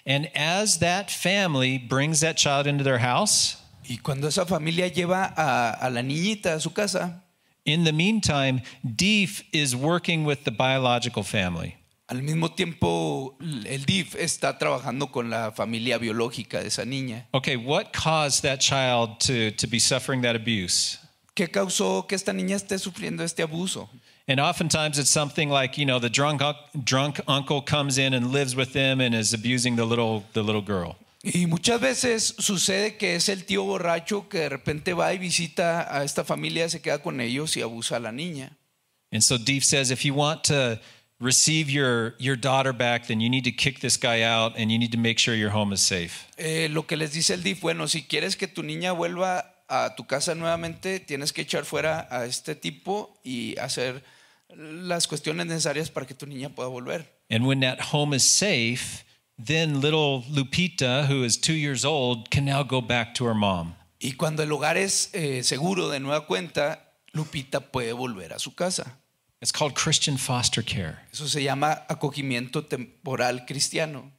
[SPEAKER 2] And as that family brings that child into their house,
[SPEAKER 3] Y cuando esa familia lleva a, a la niñita a su casa,
[SPEAKER 2] in the meantime, Deef is working with the biological family.
[SPEAKER 3] al mismo tiempo el DIF está trabajando con la familia biológica de esa niña.
[SPEAKER 2] Okay, what caused that child to, to be suffering that abuse?
[SPEAKER 3] ¿Qué causó que esta niña esté sufriendo este abuso?
[SPEAKER 2] And oftentimes it's something like, you know, the drunk, unc- drunk uncle comes in and lives with them and is abusing the little, the little girl.
[SPEAKER 3] Y muchas veces sucede que es el tío borracho que de repente va y visita a esta familia, se queda con ellos y abusa a la niña.
[SPEAKER 2] And so Deef says, if you want to receive your, your daughter back, then you need to kick this guy out and you need to make sure your home is safe.
[SPEAKER 3] Eh, lo que les dice el DIF, bueno, si quieres que tu niña vuelva a tu casa nuevamente, tienes que echar fuera a este tipo y hacer las cuestiones necesarias para que tu niña pueda volver.
[SPEAKER 2] And when that home is safe, then little Lupita, who is two years old, can now go back to her mom.
[SPEAKER 3] Y cuando el hogar es eh, seguro de nueva cuenta, Lupita puede volver a su casa.
[SPEAKER 2] It's called Christian foster care.
[SPEAKER 3] Eso se llama acogimiento temporal cristiano.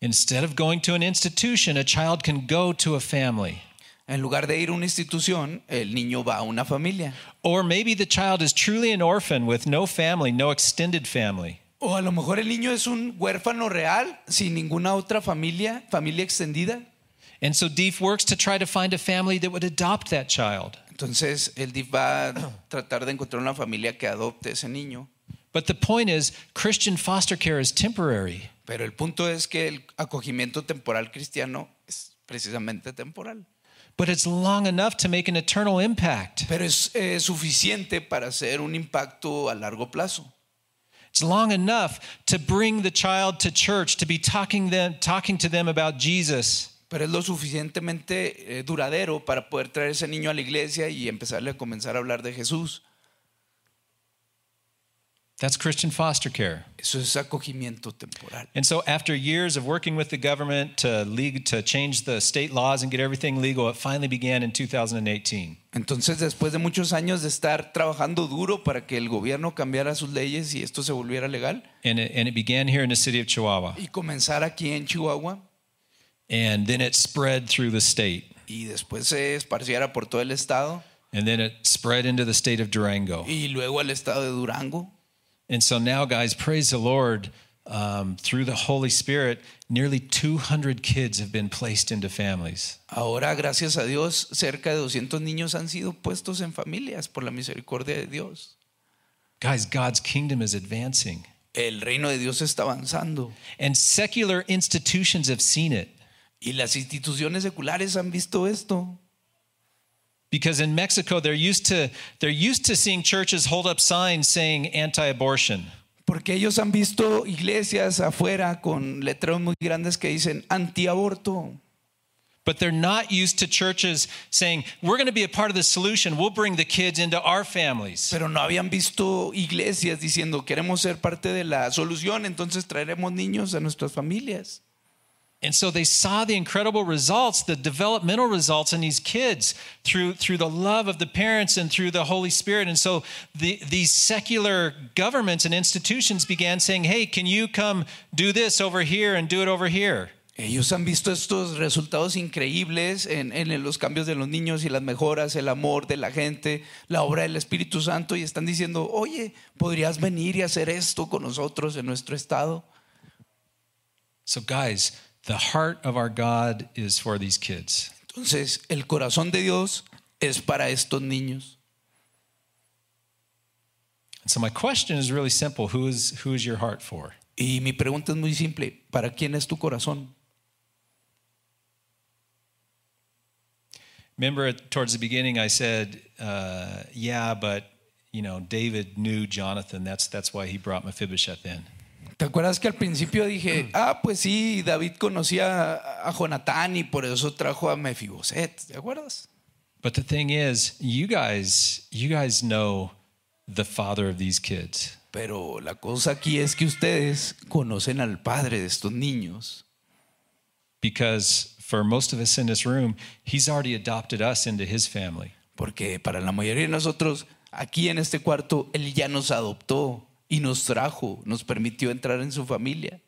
[SPEAKER 2] Instead of going to an institution, a child can go to a family.
[SPEAKER 3] En lugar de ir a una institución, el niño va a una familia.
[SPEAKER 2] Or maybe the child is truly an orphan with no family, no extended family.
[SPEAKER 3] O a lo mejor el niño es un huérfano real, sin ninguna otra familia, familia extendida.
[SPEAKER 2] And so Deef works to try to find a family that would adopt that child.
[SPEAKER 3] Entonces el DIF va a tratar de encontrar una familia que adopte ese niño.
[SPEAKER 2] But the point is, Christian foster care is temporary.
[SPEAKER 3] Pero el punto es que el acogimiento temporal cristiano es precisamente temporal.
[SPEAKER 2] But it's long enough to make an eternal impact.
[SPEAKER 3] Pero es eh, suficiente para hacer un impacto a largo plazo.
[SPEAKER 2] It's long enough to bring the child to church, to be talking, them, talking to them about Jesus.
[SPEAKER 3] Pero es lo suficientemente eh, duradero para poder traer ese niño a la iglesia y empezarle a comenzar a hablar de Jesús.
[SPEAKER 2] That's Christian foster care.
[SPEAKER 3] Eso es acogimiento temporal.
[SPEAKER 2] And so, after years of working with the government to, league, to change the state laws and get everything legal, it finally began in 2018.
[SPEAKER 3] Entonces, después de muchos años de estar trabajando duro para que el gobierno cambiara sus leyes y esto se volviera legal
[SPEAKER 2] And it, and it began here in the city of Chihuahua.
[SPEAKER 3] y comenzar aquí en Chihuahua
[SPEAKER 2] And then it spread through the state.
[SPEAKER 3] y después se esparciera por todo el estado
[SPEAKER 2] And then it spread into the state of Durango.
[SPEAKER 3] y luego al estado de Durango.
[SPEAKER 2] And so now, guys, praise the Lord. Um, through the Holy Spirit, nearly 200 kids have been placed into families.
[SPEAKER 3] Ahora, gracias a Dios, cerca de 200 niños han sido puestos en familias por la misericordia de Dios.
[SPEAKER 2] Guys, God's kingdom is advancing.
[SPEAKER 3] El reino de Dios está avanzando
[SPEAKER 2] And secular institutions have seen it.
[SPEAKER 3] y las instituciones seculares han visto esto.
[SPEAKER 2] Because in Mexico, they're used to, they're used to seeing churches hold up signs saying anti abortion.
[SPEAKER 3] Porque ellos han visto iglesias afuera con letreros muy grandes que dicen antiaborto.
[SPEAKER 2] But they're not used to churches saying, we're going to be a part of the solution. We'll bring the kids into our families.
[SPEAKER 3] Pero no habían visto iglesias diciendo queremos ser parte de la solución, entonces traeremos niños a nuestras familias.
[SPEAKER 2] And so they saw the incredible results, the developmental results in these kids through, through the love of the parents and through the Holy Spirit. And so the, these secular governments and institutions began saying, hey, can you come do this over here and do it over here?
[SPEAKER 3] Ellos han visto estos resultados increíbles en, en los cambios de los niños y las mejoras, el amor de la gente, la obra del Espíritu Santo y están diciendo, oye, podrías venir y hacer esto con nosotros en nuestro estado.
[SPEAKER 2] So, guys, the heart of our God is for these kids.
[SPEAKER 3] Entonces, el corazón de Dios es para estos niños.
[SPEAKER 2] And so, my question is really simple Who is, who is your heart for?
[SPEAKER 3] Y mi pregunta es muy simple, ¿para quién es tu corazón?
[SPEAKER 2] Remember, at- towards the beginning, I said, uh, yeah, but. You know, David knew Jonathan. That's that's why he brought Mephibosheth in.
[SPEAKER 3] ¿Te acuerdas que al principio dije, ah, pues sí, David conocía a- a Jonatán y por eso trajo a Mefiboset? ¿Te acuerdas?
[SPEAKER 2] But the thing is, you guys, you guys know the father of these kids.
[SPEAKER 3] Pero la cosa aquí es que ustedes conocen al padre de estos niños.
[SPEAKER 2] Because for most of us in this room, he's already adopted us into his family.
[SPEAKER 3] Porque para la mayoría de nosotros, aquí en este cuarto, Él ya nos adoptó y nos trajo, nos permitió entrar en su familia.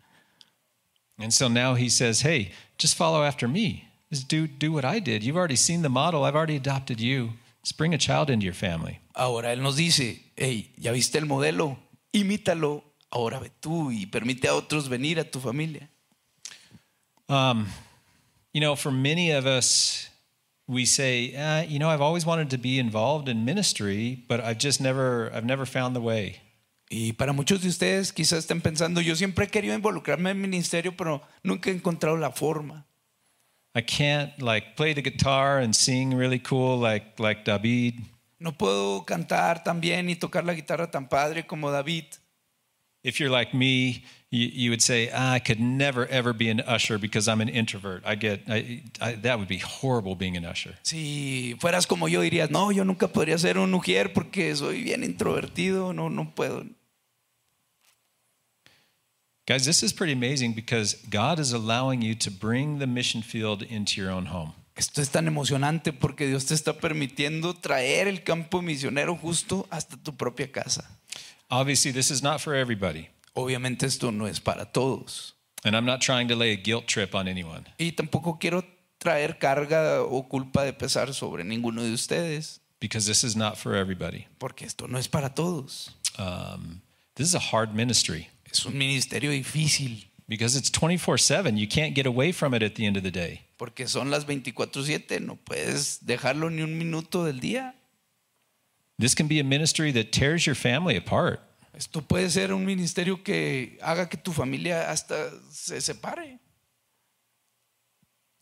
[SPEAKER 2] And so now he says, Hey, just follow after me. Just do, do what I did. You've already seen the model. I've already adopted you. Just bring a child into your family.
[SPEAKER 3] Ahora Él nos dice, hey, ya viste el modelo, imítalo, ahora ve tú y permite a otros venir a tu familia.
[SPEAKER 2] Um, you know, for many of us, we say, uh, you know, I've always wanted to be involved in ministry, but I've just never, I've never found the way.
[SPEAKER 3] Y para muchos de ustedes quizás estén pensando, yo siempre he querido involucrarme en ministerio, pero nunca he encontrado la forma.
[SPEAKER 2] I can't like play the guitar and sing really cool like like David.
[SPEAKER 3] No puedo cantar tan bien y tocar la guitarra tan padre como David.
[SPEAKER 2] If you're like me, you, you would say, ah, "I could never ever be an usher because I'm an introvert." I get I, I, that would be horrible being an usher.
[SPEAKER 3] Si fueras como yo dirías, no, yo nunca podría ser un ujier porque soy bien introvertido, no, no puedo.
[SPEAKER 2] Guys, this is pretty amazing because God is allowing you to bring the mission field into your own home.
[SPEAKER 3] Esto es tan emocionante porque Dios te está permitiendo traer el campo misionero justo hasta tu propia casa.
[SPEAKER 2] Obviously, this is not for everybody,
[SPEAKER 3] Obviamente esto no es para todos.
[SPEAKER 2] and I'm not trying to lay a guilt trip on anyone.
[SPEAKER 3] Y tampoco quiero traer carga o culpa de pesar sobre ninguno de ustedes.
[SPEAKER 2] Because this is not for everybody.
[SPEAKER 3] porque esto no es para todos.
[SPEAKER 2] Um, this is a hard ministry
[SPEAKER 3] Es un ministerio difícil,
[SPEAKER 2] because it's 24 7. You can't get away from it at the end of the day.
[SPEAKER 3] porque son las 24/7, no puedes dejarlo ni un minuto del día.
[SPEAKER 2] This can be a ministry that tears your family apart.
[SPEAKER 3] Esto puede ser un ministerio que haga que tu familia hasta se separe.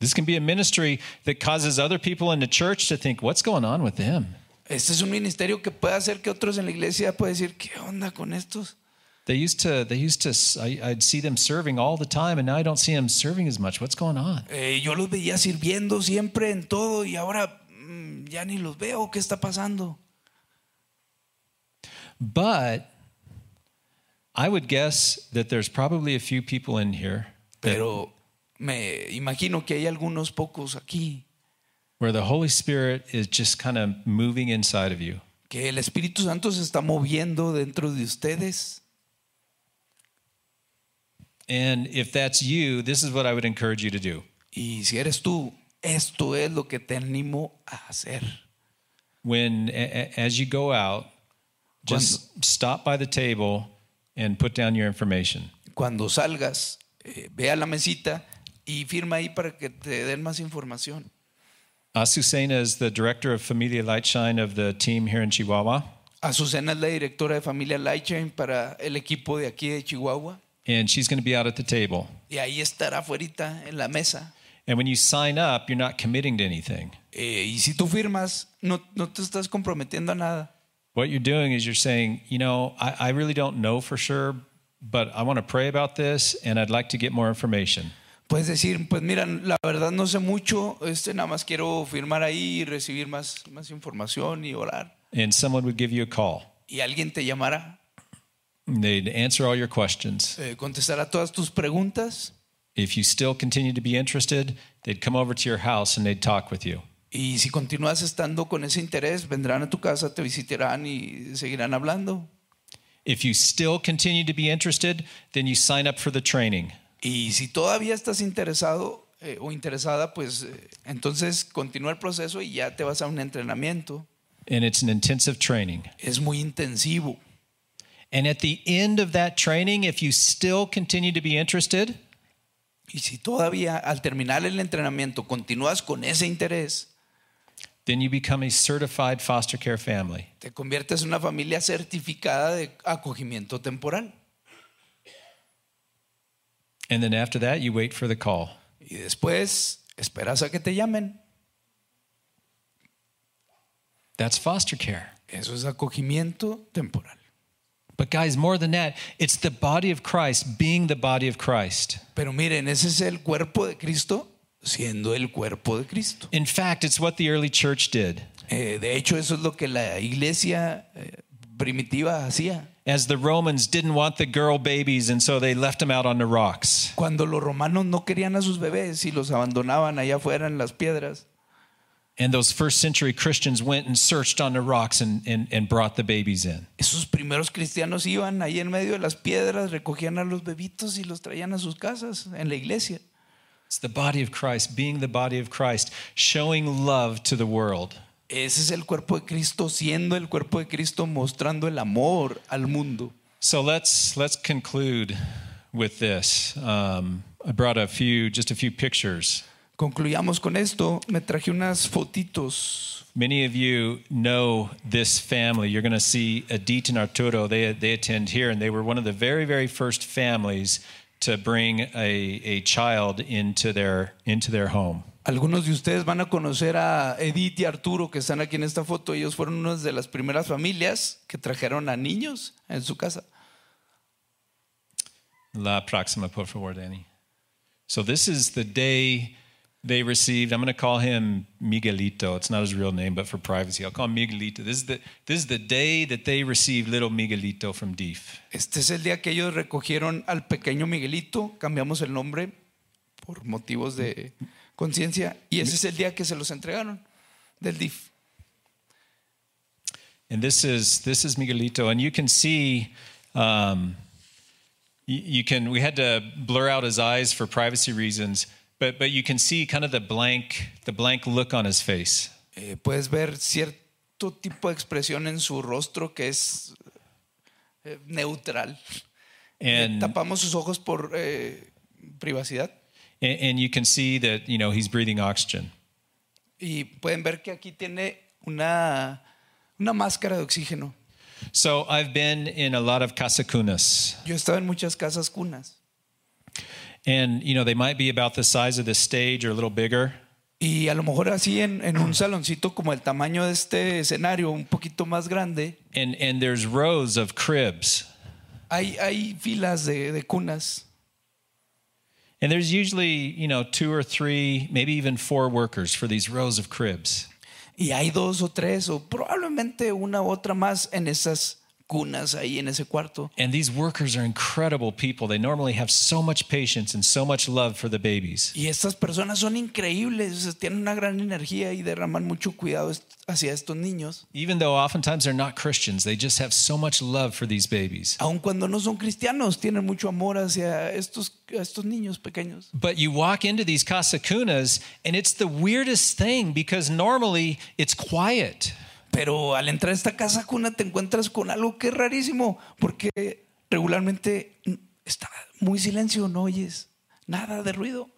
[SPEAKER 2] This can be a ministry that causes other people in the church to think, what's going on with them?
[SPEAKER 3] Este es un ministerio que puede hacer que otros en la iglesia puedan decir, ¿qué onda con estos?
[SPEAKER 2] They used to, they used to, I, I'd see them serving all the time and now I don't see them serving as much. What's going on?
[SPEAKER 3] Eh, yo los veía sirviendo siempre en todo y ahora mm, ya ni los veo, ¿qué está pasando?
[SPEAKER 2] But I would guess that there's probably a few people in here that,
[SPEAKER 3] Pero me imagino que hay algunos pocos aquí
[SPEAKER 2] where the Holy Spirit is just kind of moving inside of you.
[SPEAKER 3] que el Espíritu Santo se está moviendo dentro de ustedes.
[SPEAKER 2] And if that's you, this is what I would encourage you to do.
[SPEAKER 3] Y si eres tú, esto es lo que te animo a hacer.
[SPEAKER 2] when a- a- as you go out just stop by the table and put down your information
[SPEAKER 3] Cuando salgas, eh, ve a la mesita y firma ahí para que te den más información.
[SPEAKER 2] azucena is the director of familia lightshine of the team here in chihuahua
[SPEAKER 3] Azucena es la directora de familia Lightchain para el equipo de aquí de Chihuahua.
[SPEAKER 2] and she's going to be out at the table
[SPEAKER 3] Y ahí estará afuera en la mesa.
[SPEAKER 2] And when you sign up, you're not committing to anything.
[SPEAKER 3] Eh, y si tú firmas, no, no te estás comprometiendo a nada.
[SPEAKER 2] What you're doing is you're saying, you know, I, I really don't know for sure, but I want to pray about this and I'd like to get more information.
[SPEAKER 3] Puedes decir, pues mira, la verdad no sé mucho, este, nada más quiero firmar ahí y recibir más, más información y orar.
[SPEAKER 2] And someone would give you a call.
[SPEAKER 3] Y alguien te llamará,
[SPEAKER 2] And They'd answer all your questions.
[SPEAKER 3] eh, contestará todas tus preguntas
[SPEAKER 2] If you still continue to be interested, they'd come over to your house and they'd talk with you.
[SPEAKER 3] y si continúas estando con ese interés, vendrán a tu casa, te visitarán y seguirán hablando.
[SPEAKER 2] If you still continue to be interested, then you sign up for the training.
[SPEAKER 3] Y si todavía estás interesado eh, o interesada, pues eh, entonces continúa el proceso y ya te vas a un entrenamiento.
[SPEAKER 2] And it's an intensive training.
[SPEAKER 3] Es muy intensivo.
[SPEAKER 2] And at the end of that training, if you still continue to be interested,
[SPEAKER 3] Y si todavía al terminar el entrenamiento continúas con ese interés,
[SPEAKER 2] then you become a certified foster care family.
[SPEAKER 3] te conviertes en una familia certificada de acogimiento temporal.
[SPEAKER 2] And then after that, you wait for the call.
[SPEAKER 3] Y después esperas a que te llamen.
[SPEAKER 2] That's foster care.
[SPEAKER 3] Eso es acogimiento temporal.
[SPEAKER 2] But, guys, more than that, it's the body of Christ being the body of Christ.
[SPEAKER 3] Pero miren, ese es el cuerpo de Cristo siendo el cuerpo de Cristo.
[SPEAKER 2] In fact, it's what the early church did.
[SPEAKER 3] Eh, de hecho, eso es lo que la iglesia eh, primitiva hacía.
[SPEAKER 2] As the Romans didn't want the girl babies, and so they left them out on the rocks.
[SPEAKER 3] Cuando los romanos no querían a sus bebés y los abandonaban allá afuera en las piedras,
[SPEAKER 2] And those first century Christians went and searched on the rocks and, and, and brought the babies in.
[SPEAKER 3] esos primeros cristianos iban ahí en medio de las piedras, recogían a los bebitos y los traían a sus casas en la iglesia.
[SPEAKER 2] It's the body of Christ being the body of Christ, showing love to the world.
[SPEAKER 3] Ese es el cuerpo de Cristo, siendo el cuerpo de Cristo, mostrando el amor al mundo.
[SPEAKER 2] So let's let's conclude with this. Um, I brought a few, just a few pictures.
[SPEAKER 3] Concluyamos con esto. Me traje unas fotitos.
[SPEAKER 2] Many of you know this family. You're going to see Adit and Arturo. They they attend here, and they were one of the very very first families to bring a, a child into their into their home.
[SPEAKER 3] Algunos de ustedes van a conocer a Edith y Arturo que están aquí en esta foto. Ellos fueron una de las primeras familias que trajeron a niños en su casa.
[SPEAKER 2] La próxima, por favor, Danny. So this is the day they received. I'm going to call him Miguelito. It's not his real name, but for privacy, I'll call him Miguelito. This is the this is the day that they received little Miguelito from Deef.
[SPEAKER 3] Este es el día que ellos recogieron al pequeño Miguelito, cambiamos el nombre por motivos de conciencia, y ese es el día que se los entregaron del DIF.
[SPEAKER 2] And this is this is Miguelito, and you can see. Um, you, you can we had to blur out his eyes for privacy reasons, but but you can see kind of the blank the blank look on his face.
[SPEAKER 3] Eh, puedes ver cierto tipo de expresión en su rostro que es eh, neutral.
[SPEAKER 2] And
[SPEAKER 3] Tapamos sus ojos por eh, privacidad
[SPEAKER 2] and, and you can see that you know he's breathing oxygen.
[SPEAKER 3] y pueden ver que aquí tiene una, una máscara de oxígeno.
[SPEAKER 2] So I've been in a lot of casacunas,
[SPEAKER 3] Yo he estado en muchas casas cunas.
[SPEAKER 2] and you know they might be about the size of this stage or a little bigger.
[SPEAKER 3] Y a lo mejor así en, en un saloncito como el tamaño de este escenario, un poquito más grande,
[SPEAKER 2] And and there's rows of cribs,
[SPEAKER 3] hay, hay filas de, de cunas.
[SPEAKER 2] and there's usually you know two or three, maybe even four workers for these rows of cribs.
[SPEAKER 3] Y hay dos o tres o probablemente una u otra más en esas cunas ahí en ese cuarto.
[SPEAKER 2] And these workers are incredible people. They normally have so much patience and so much love for the babies.
[SPEAKER 3] Y estas personas son increíbles, o sea, tienen una gran energía y derraman mucho cuidado est- hacia estos niños.
[SPEAKER 2] Even though oftentimes they're not Christians, they just have so much love for these babies.
[SPEAKER 3] Aun cuando no son cristianos, tienen mucho amor hacia estos, a estos niños pequeños.
[SPEAKER 2] But you walk into these casacunas, and it's the weirdest thing because normally it's quiet.
[SPEAKER 3] Pero al entrar a esta casa cuna te encuentras con algo que es rarísimo, porque regularmente está muy silencio, no oyes nada de ruido.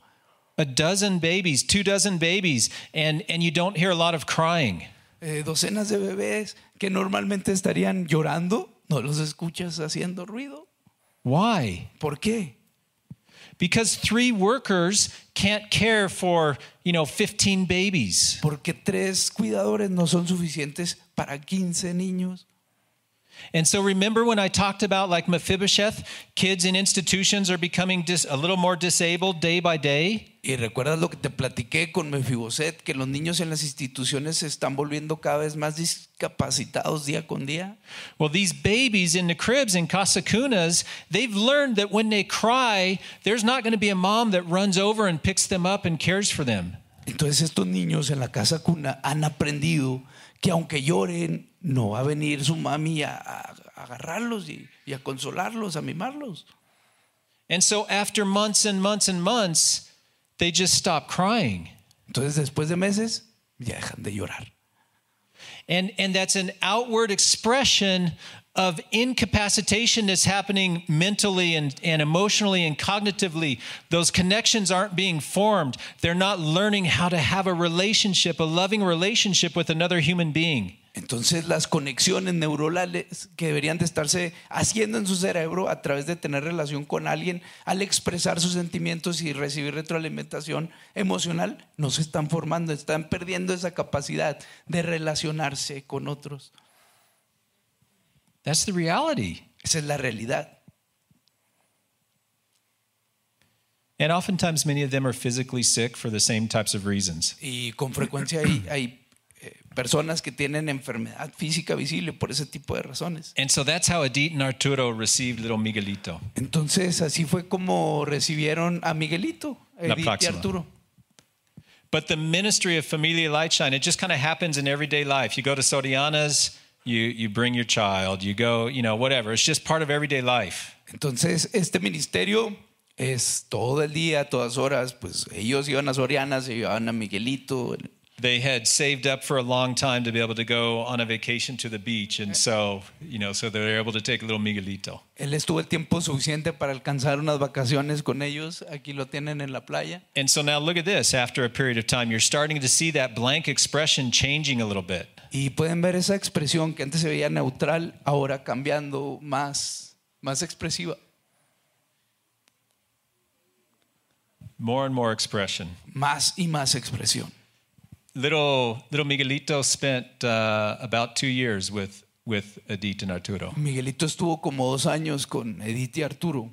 [SPEAKER 2] A dozen babies, two dozen babies, and, and you don't hear a lot of crying.
[SPEAKER 3] Eh, docenas de bebés que normalmente estarían llorando, no los escuchas haciendo ruido.
[SPEAKER 2] Why?
[SPEAKER 3] ¿Por qué?
[SPEAKER 2] Because three workers can't care for, you know, 15 babies.
[SPEAKER 3] Porque tres cuidadores no son suficientes para 15 niños.
[SPEAKER 2] And so remember when I talked about like Mephibosheth, kids in institutions are becoming dis- a little more disabled day by day?
[SPEAKER 3] Y recuerdas lo que te platiqué con Mefiboset, que los niños en las instituciones se están volviendo cada vez más discapacitados día con día.
[SPEAKER 2] Well, these babies in the cribs and casacunas, they've learned that when they cry, there's not going to be a mom that runs over and picks them up and cares for them.
[SPEAKER 3] Entonces estos niños en la casa cuna han aprendido que aunque lloren, no va a venir su mami a, a- a agarrarlos y, y a consolarlos, a mimarlos.
[SPEAKER 2] And so after months and months and months, they just stop crying.
[SPEAKER 3] Entonces después de meses ya dejan de llorar.
[SPEAKER 2] And, and that's an outward expression of incapacitation that's happening mentally and, and emotionally and cognitively. Those connections aren't being formed. They're not learning how to have a relationship, a loving relationship with another human being.
[SPEAKER 3] Entonces las conexiones neuronales que deberían de estarse haciendo en su cerebro a través de tener relación con alguien al expresar sus sentimientos y recibir retroalimentación emocional no se están formando, están perdiendo esa capacidad de relacionarse con otros.
[SPEAKER 2] That's the reality.
[SPEAKER 3] Esa es la realidad.
[SPEAKER 2] And oftentimes, many of them are physically sick for the same types of reasons.
[SPEAKER 3] Y con frecuencia hay, hay, eh, personas que tienen enfermedad física visible por ese tipo de razones.
[SPEAKER 2] And so that's how Edith and Arturo received little Miguelito.
[SPEAKER 3] Entonces así fue como recibieron a Miguelito,
[SPEAKER 2] La
[SPEAKER 3] Edith y
[SPEAKER 2] próxima.
[SPEAKER 3] Arturo.
[SPEAKER 2] But the ministry of Familia Lightshine, it just kind of happens in everyday life. You go to Sodiana's, you, you bring your child, you go, you know, whatever. It's just part of everyday life.
[SPEAKER 3] Entonces, este ministerio es todo el día, a todas horas, pues ellos iban a Soriana, se llevaban a Miguelito.
[SPEAKER 2] They had saved up for a long time to be able to go on a vacation to the beach. And so, you know, so they were able to take little Miguelito.
[SPEAKER 3] Él estuvo el tiempo suficiente para alcanzar unas vacaciones con ellos. Aquí lo tienen en la playa.
[SPEAKER 2] And so now look at this. After a period of time, you're starting to see that blank expression changing a little bit.
[SPEAKER 3] Y pueden ver esa expresión que antes se veía neutral, ahora cambiando más, más expresiva,
[SPEAKER 2] More and more expression.
[SPEAKER 3] más y más expresión.
[SPEAKER 2] Little, little Miguelito spent uh, about two years with, with Edith and Arturo.
[SPEAKER 3] Miguelito estuvo como dos años con Edith y Arturo.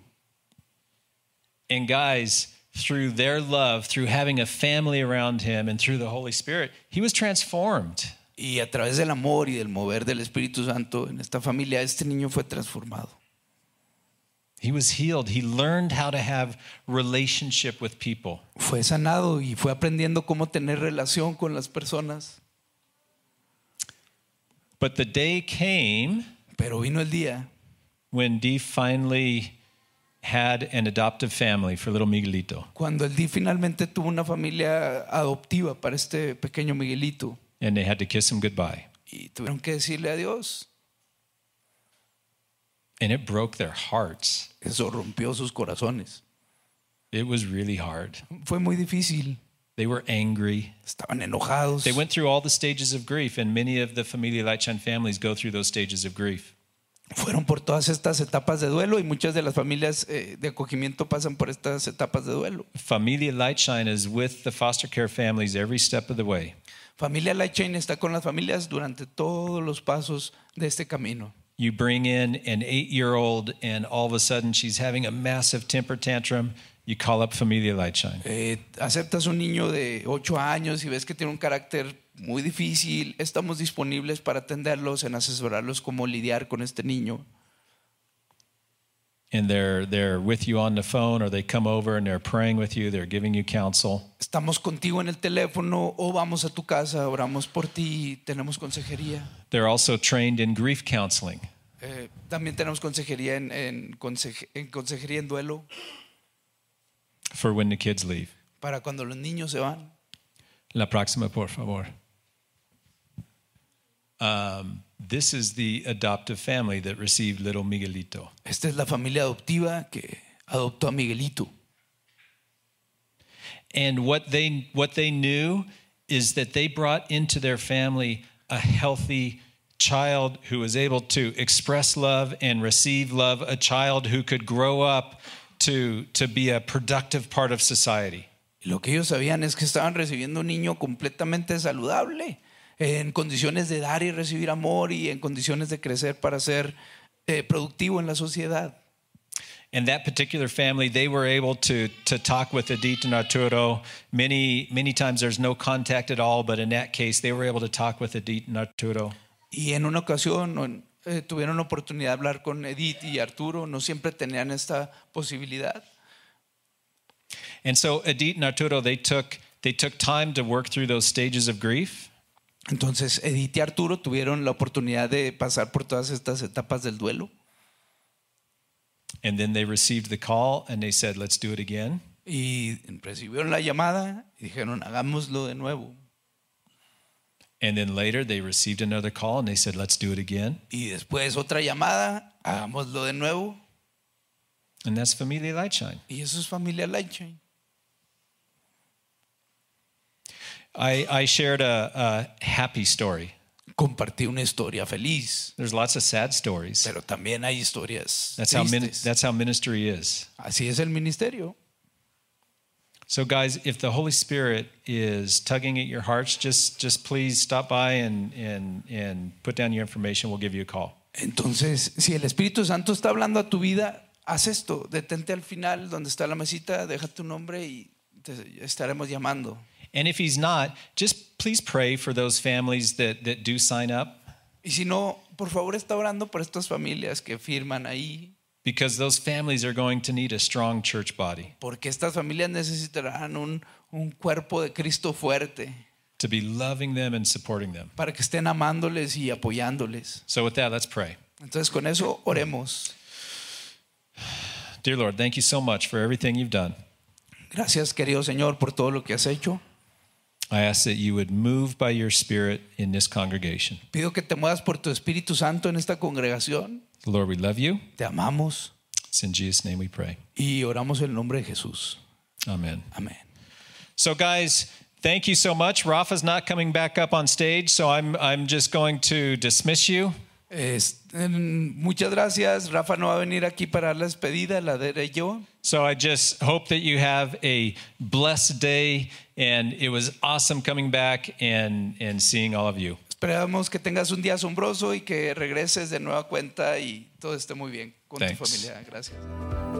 [SPEAKER 2] And guys, through their love, through having a family around him, and through the Holy Spirit, he was transformed.
[SPEAKER 3] Y a través del amor y del mover del Espíritu Santo en esta familia, este niño fue transformado.
[SPEAKER 2] He was healed. He learned how to have relationship with people.
[SPEAKER 3] fue sanado y fue aprendiendo cómo tener relación con las personas.
[SPEAKER 2] But the day came
[SPEAKER 3] Pero vino el día
[SPEAKER 2] when Dee finally had an adoptive family for little Miguelito.
[SPEAKER 3] cuando el Di finalmente tuvo una familia adoptiva para este pequeño Miguelito
[SPEAKER 2] And they had to kiss him goodbye.
[SPEAKER 3] y tuvieron que decirle adiós.
[SPEAKER 2] And it broke their hearts.
[SPEAKER 3] Eso rompió sus corazones.
[SPEAKER 2] It was really hard.
[SPEAKER 3] Fue muy difícil.
[SPEAKER 2] They were angry.
[SPEAKER 3] Estaban enojados.
[SPEAKER 2] They went through all the stages of grief, and many of the Familia Lightshine families go through those stages of grief.
[SPEAKER 3] Fueron por todas estas etapas de duelo y muchas de las familias eh, de acogimiento pasan por estas etapas de duelo.
[SPEAKER 2] Familia Lightshine is with the foster care families every step of the way.
[SPEAKER 3] Familia Lightchain está con las familias durante todos los pasos de este camino.
[SPEAKER 2] You bring in an eight year old, and all of a sudden she's having a massive temper tantrum. You call up Familia Lightshine.
[SPEAKER 3] Eh, aceptas un niño de 8 años y ves que tiene un carácter muy difícil, estamos disponibles para atenderlos, en asesorarlos cómo lidiar con este niño.
[SPEAKER 2] And they're, they're with you on the phone, or they come over and they're praying with you, they're giving you counsel.
[SPEAKER 3] Estamos contigo en el teléfono o vamos a tu casa, oramos por ti, tenemos consejería.
[SPEAKER 2] They're also trained in grief counseling.
[SPEAKER 3] Eh, también tenemos consejería en, en conseje- en consejería en duelo
[SPEAKER 2] for when the kids leave.
[SPEAKER 3] para cuando los niños se van.
[SPEAKER 2] La próxima, por favor. Um, this is the adoptive family that received little Miguelito.
[SPEAKER 3] Esta es la familia adoptiva que adoptó a Miguelito.
[SPEAKER 2] And what they what they knew is that they brought into their family a healthy child who was able to express love and receive love, a child who could grow up to, to be a productive part of society.
[SPEAKER 3] Y Lo que ellos sabían es que estaban recibiendo un niño completamente saludable, en condiciones de dar y recibir amor y en condiciones de crecer para ser eh, productivo en la sociedad.
[SPEAKER 2] And that particular family, they were able to, to talk with Adit and Arturo. Many, many times there's no contact at all, but in that case, they were able to talk with Adit and Arturo.
[SPEAKER 3] Y en una ocasión o en- eh, tuvieron la oportunidad de hablar con Edith y Arturo, no siempre tenían esta posibilidad.
[SPEAKER 2] And so Adit and Arturo, they took, they took time to work through those stages of grief.
[SPEAKER 3] Entonces, Edith y Arturo tuvieron la oportunidad de pasar por todas estas etapas del duelo.
[SPEAKER 2] And then they received the call and they said, let's do it again.
[SPEAKER 3] Y recibieron la llamada y dijeron, hagámoslo de nuevo.
[SPEAKER 2] And then later they received another call and they said, let's do it again.
[SPEAKER 3] Y después otra llamada, hagámoslo de nuevo.
[SPEAKER 2] And that's Familia Lightshine.
[SPEAKER 3] Y eso es familia Lightchain.
[SPEAKER 2] I, I shared a, a happy story.
[SPEAKER 3] Compartí una historia feliz,
[SPEAKER 2] There's lots of sad stories.
[SPEAKER 3] pero también hay historias
[SPEAKER 2] That's how, min-
[SPEAKER 3] tristes.
[SPEAKER 2] that's how ministry is.
[SPEAKER 3] Así es el ministerio.
[SPEAKER 2] So, guys, if the Holy Spirit is tugging at your hearts, just just please stop by and and and put down your information. We'll give you a call.
[SPEAKER 3] Entonces, si el Espíritu Santo está hablando a tu vida, haz esto, detente al final donde está la mesita, deja tu nombre y te estaremos llamando.
[SPEAKER 2] And if he's not, just please pray for those families that that do sign up,
[SPEAKER 3] Y si no, por favor está orando por estas familias que firman ahí,
[SPEAKER 2] because those families are going to need a strong church body
[SPEAKER 3] porque estas familias necesitarán un, un cuerpo de Cristo fuerte
[SPEAKER 2] to be loving them and supporting them.
[SPEAKER 3] para que estén amándoles y apoyándoles.
[SPEAKER 2] So, with that, let's pray.
[SPEAKER 3] Entonces con eso oremos.
[SPEAKER 2] Dear Lord, thank you so much for everything you've done.
[SPEAKER 3] Gracias querido Señor por todo lo que has hecho.
[SPEAKER 2] I ask that you would move by your Spirit in this congregation.
[SPEAKER 3] Pido que te muevas por tu Espíritu Santo en esta congregación.
[SPEAKER 2] Lord, we love you.
[SPEAKER 3] Te amamos
[SPEAKER 2] It's in Jesus' name we pray.
[SPEAKER 3] y oramos en el nombre de Jesús.
[SPEAKER 2] Amen.
[SPEAKER 3] Amén.
[SPEAKER 2] So, guys, thank you so much. Rafa's not coming back up on stage, so I'm, I'm just going to dismiss you.
[SPEAKER 3] Es- em, muchas gracias. Rafa no va a venir aquí para dar la despedida, la daré yo.
[SPEAKER 2] So, I just hope that you have a blessed day, and it was awesome coming back and, and seeing all of you.
[SPEAKER 3] Esperamos que tengas un día asombroso y que regreses de nueva cuenta y todo esté muy bien con
[SPEAKER 2] Thanks.
[SPEAKER 3] tu familia. Gracias.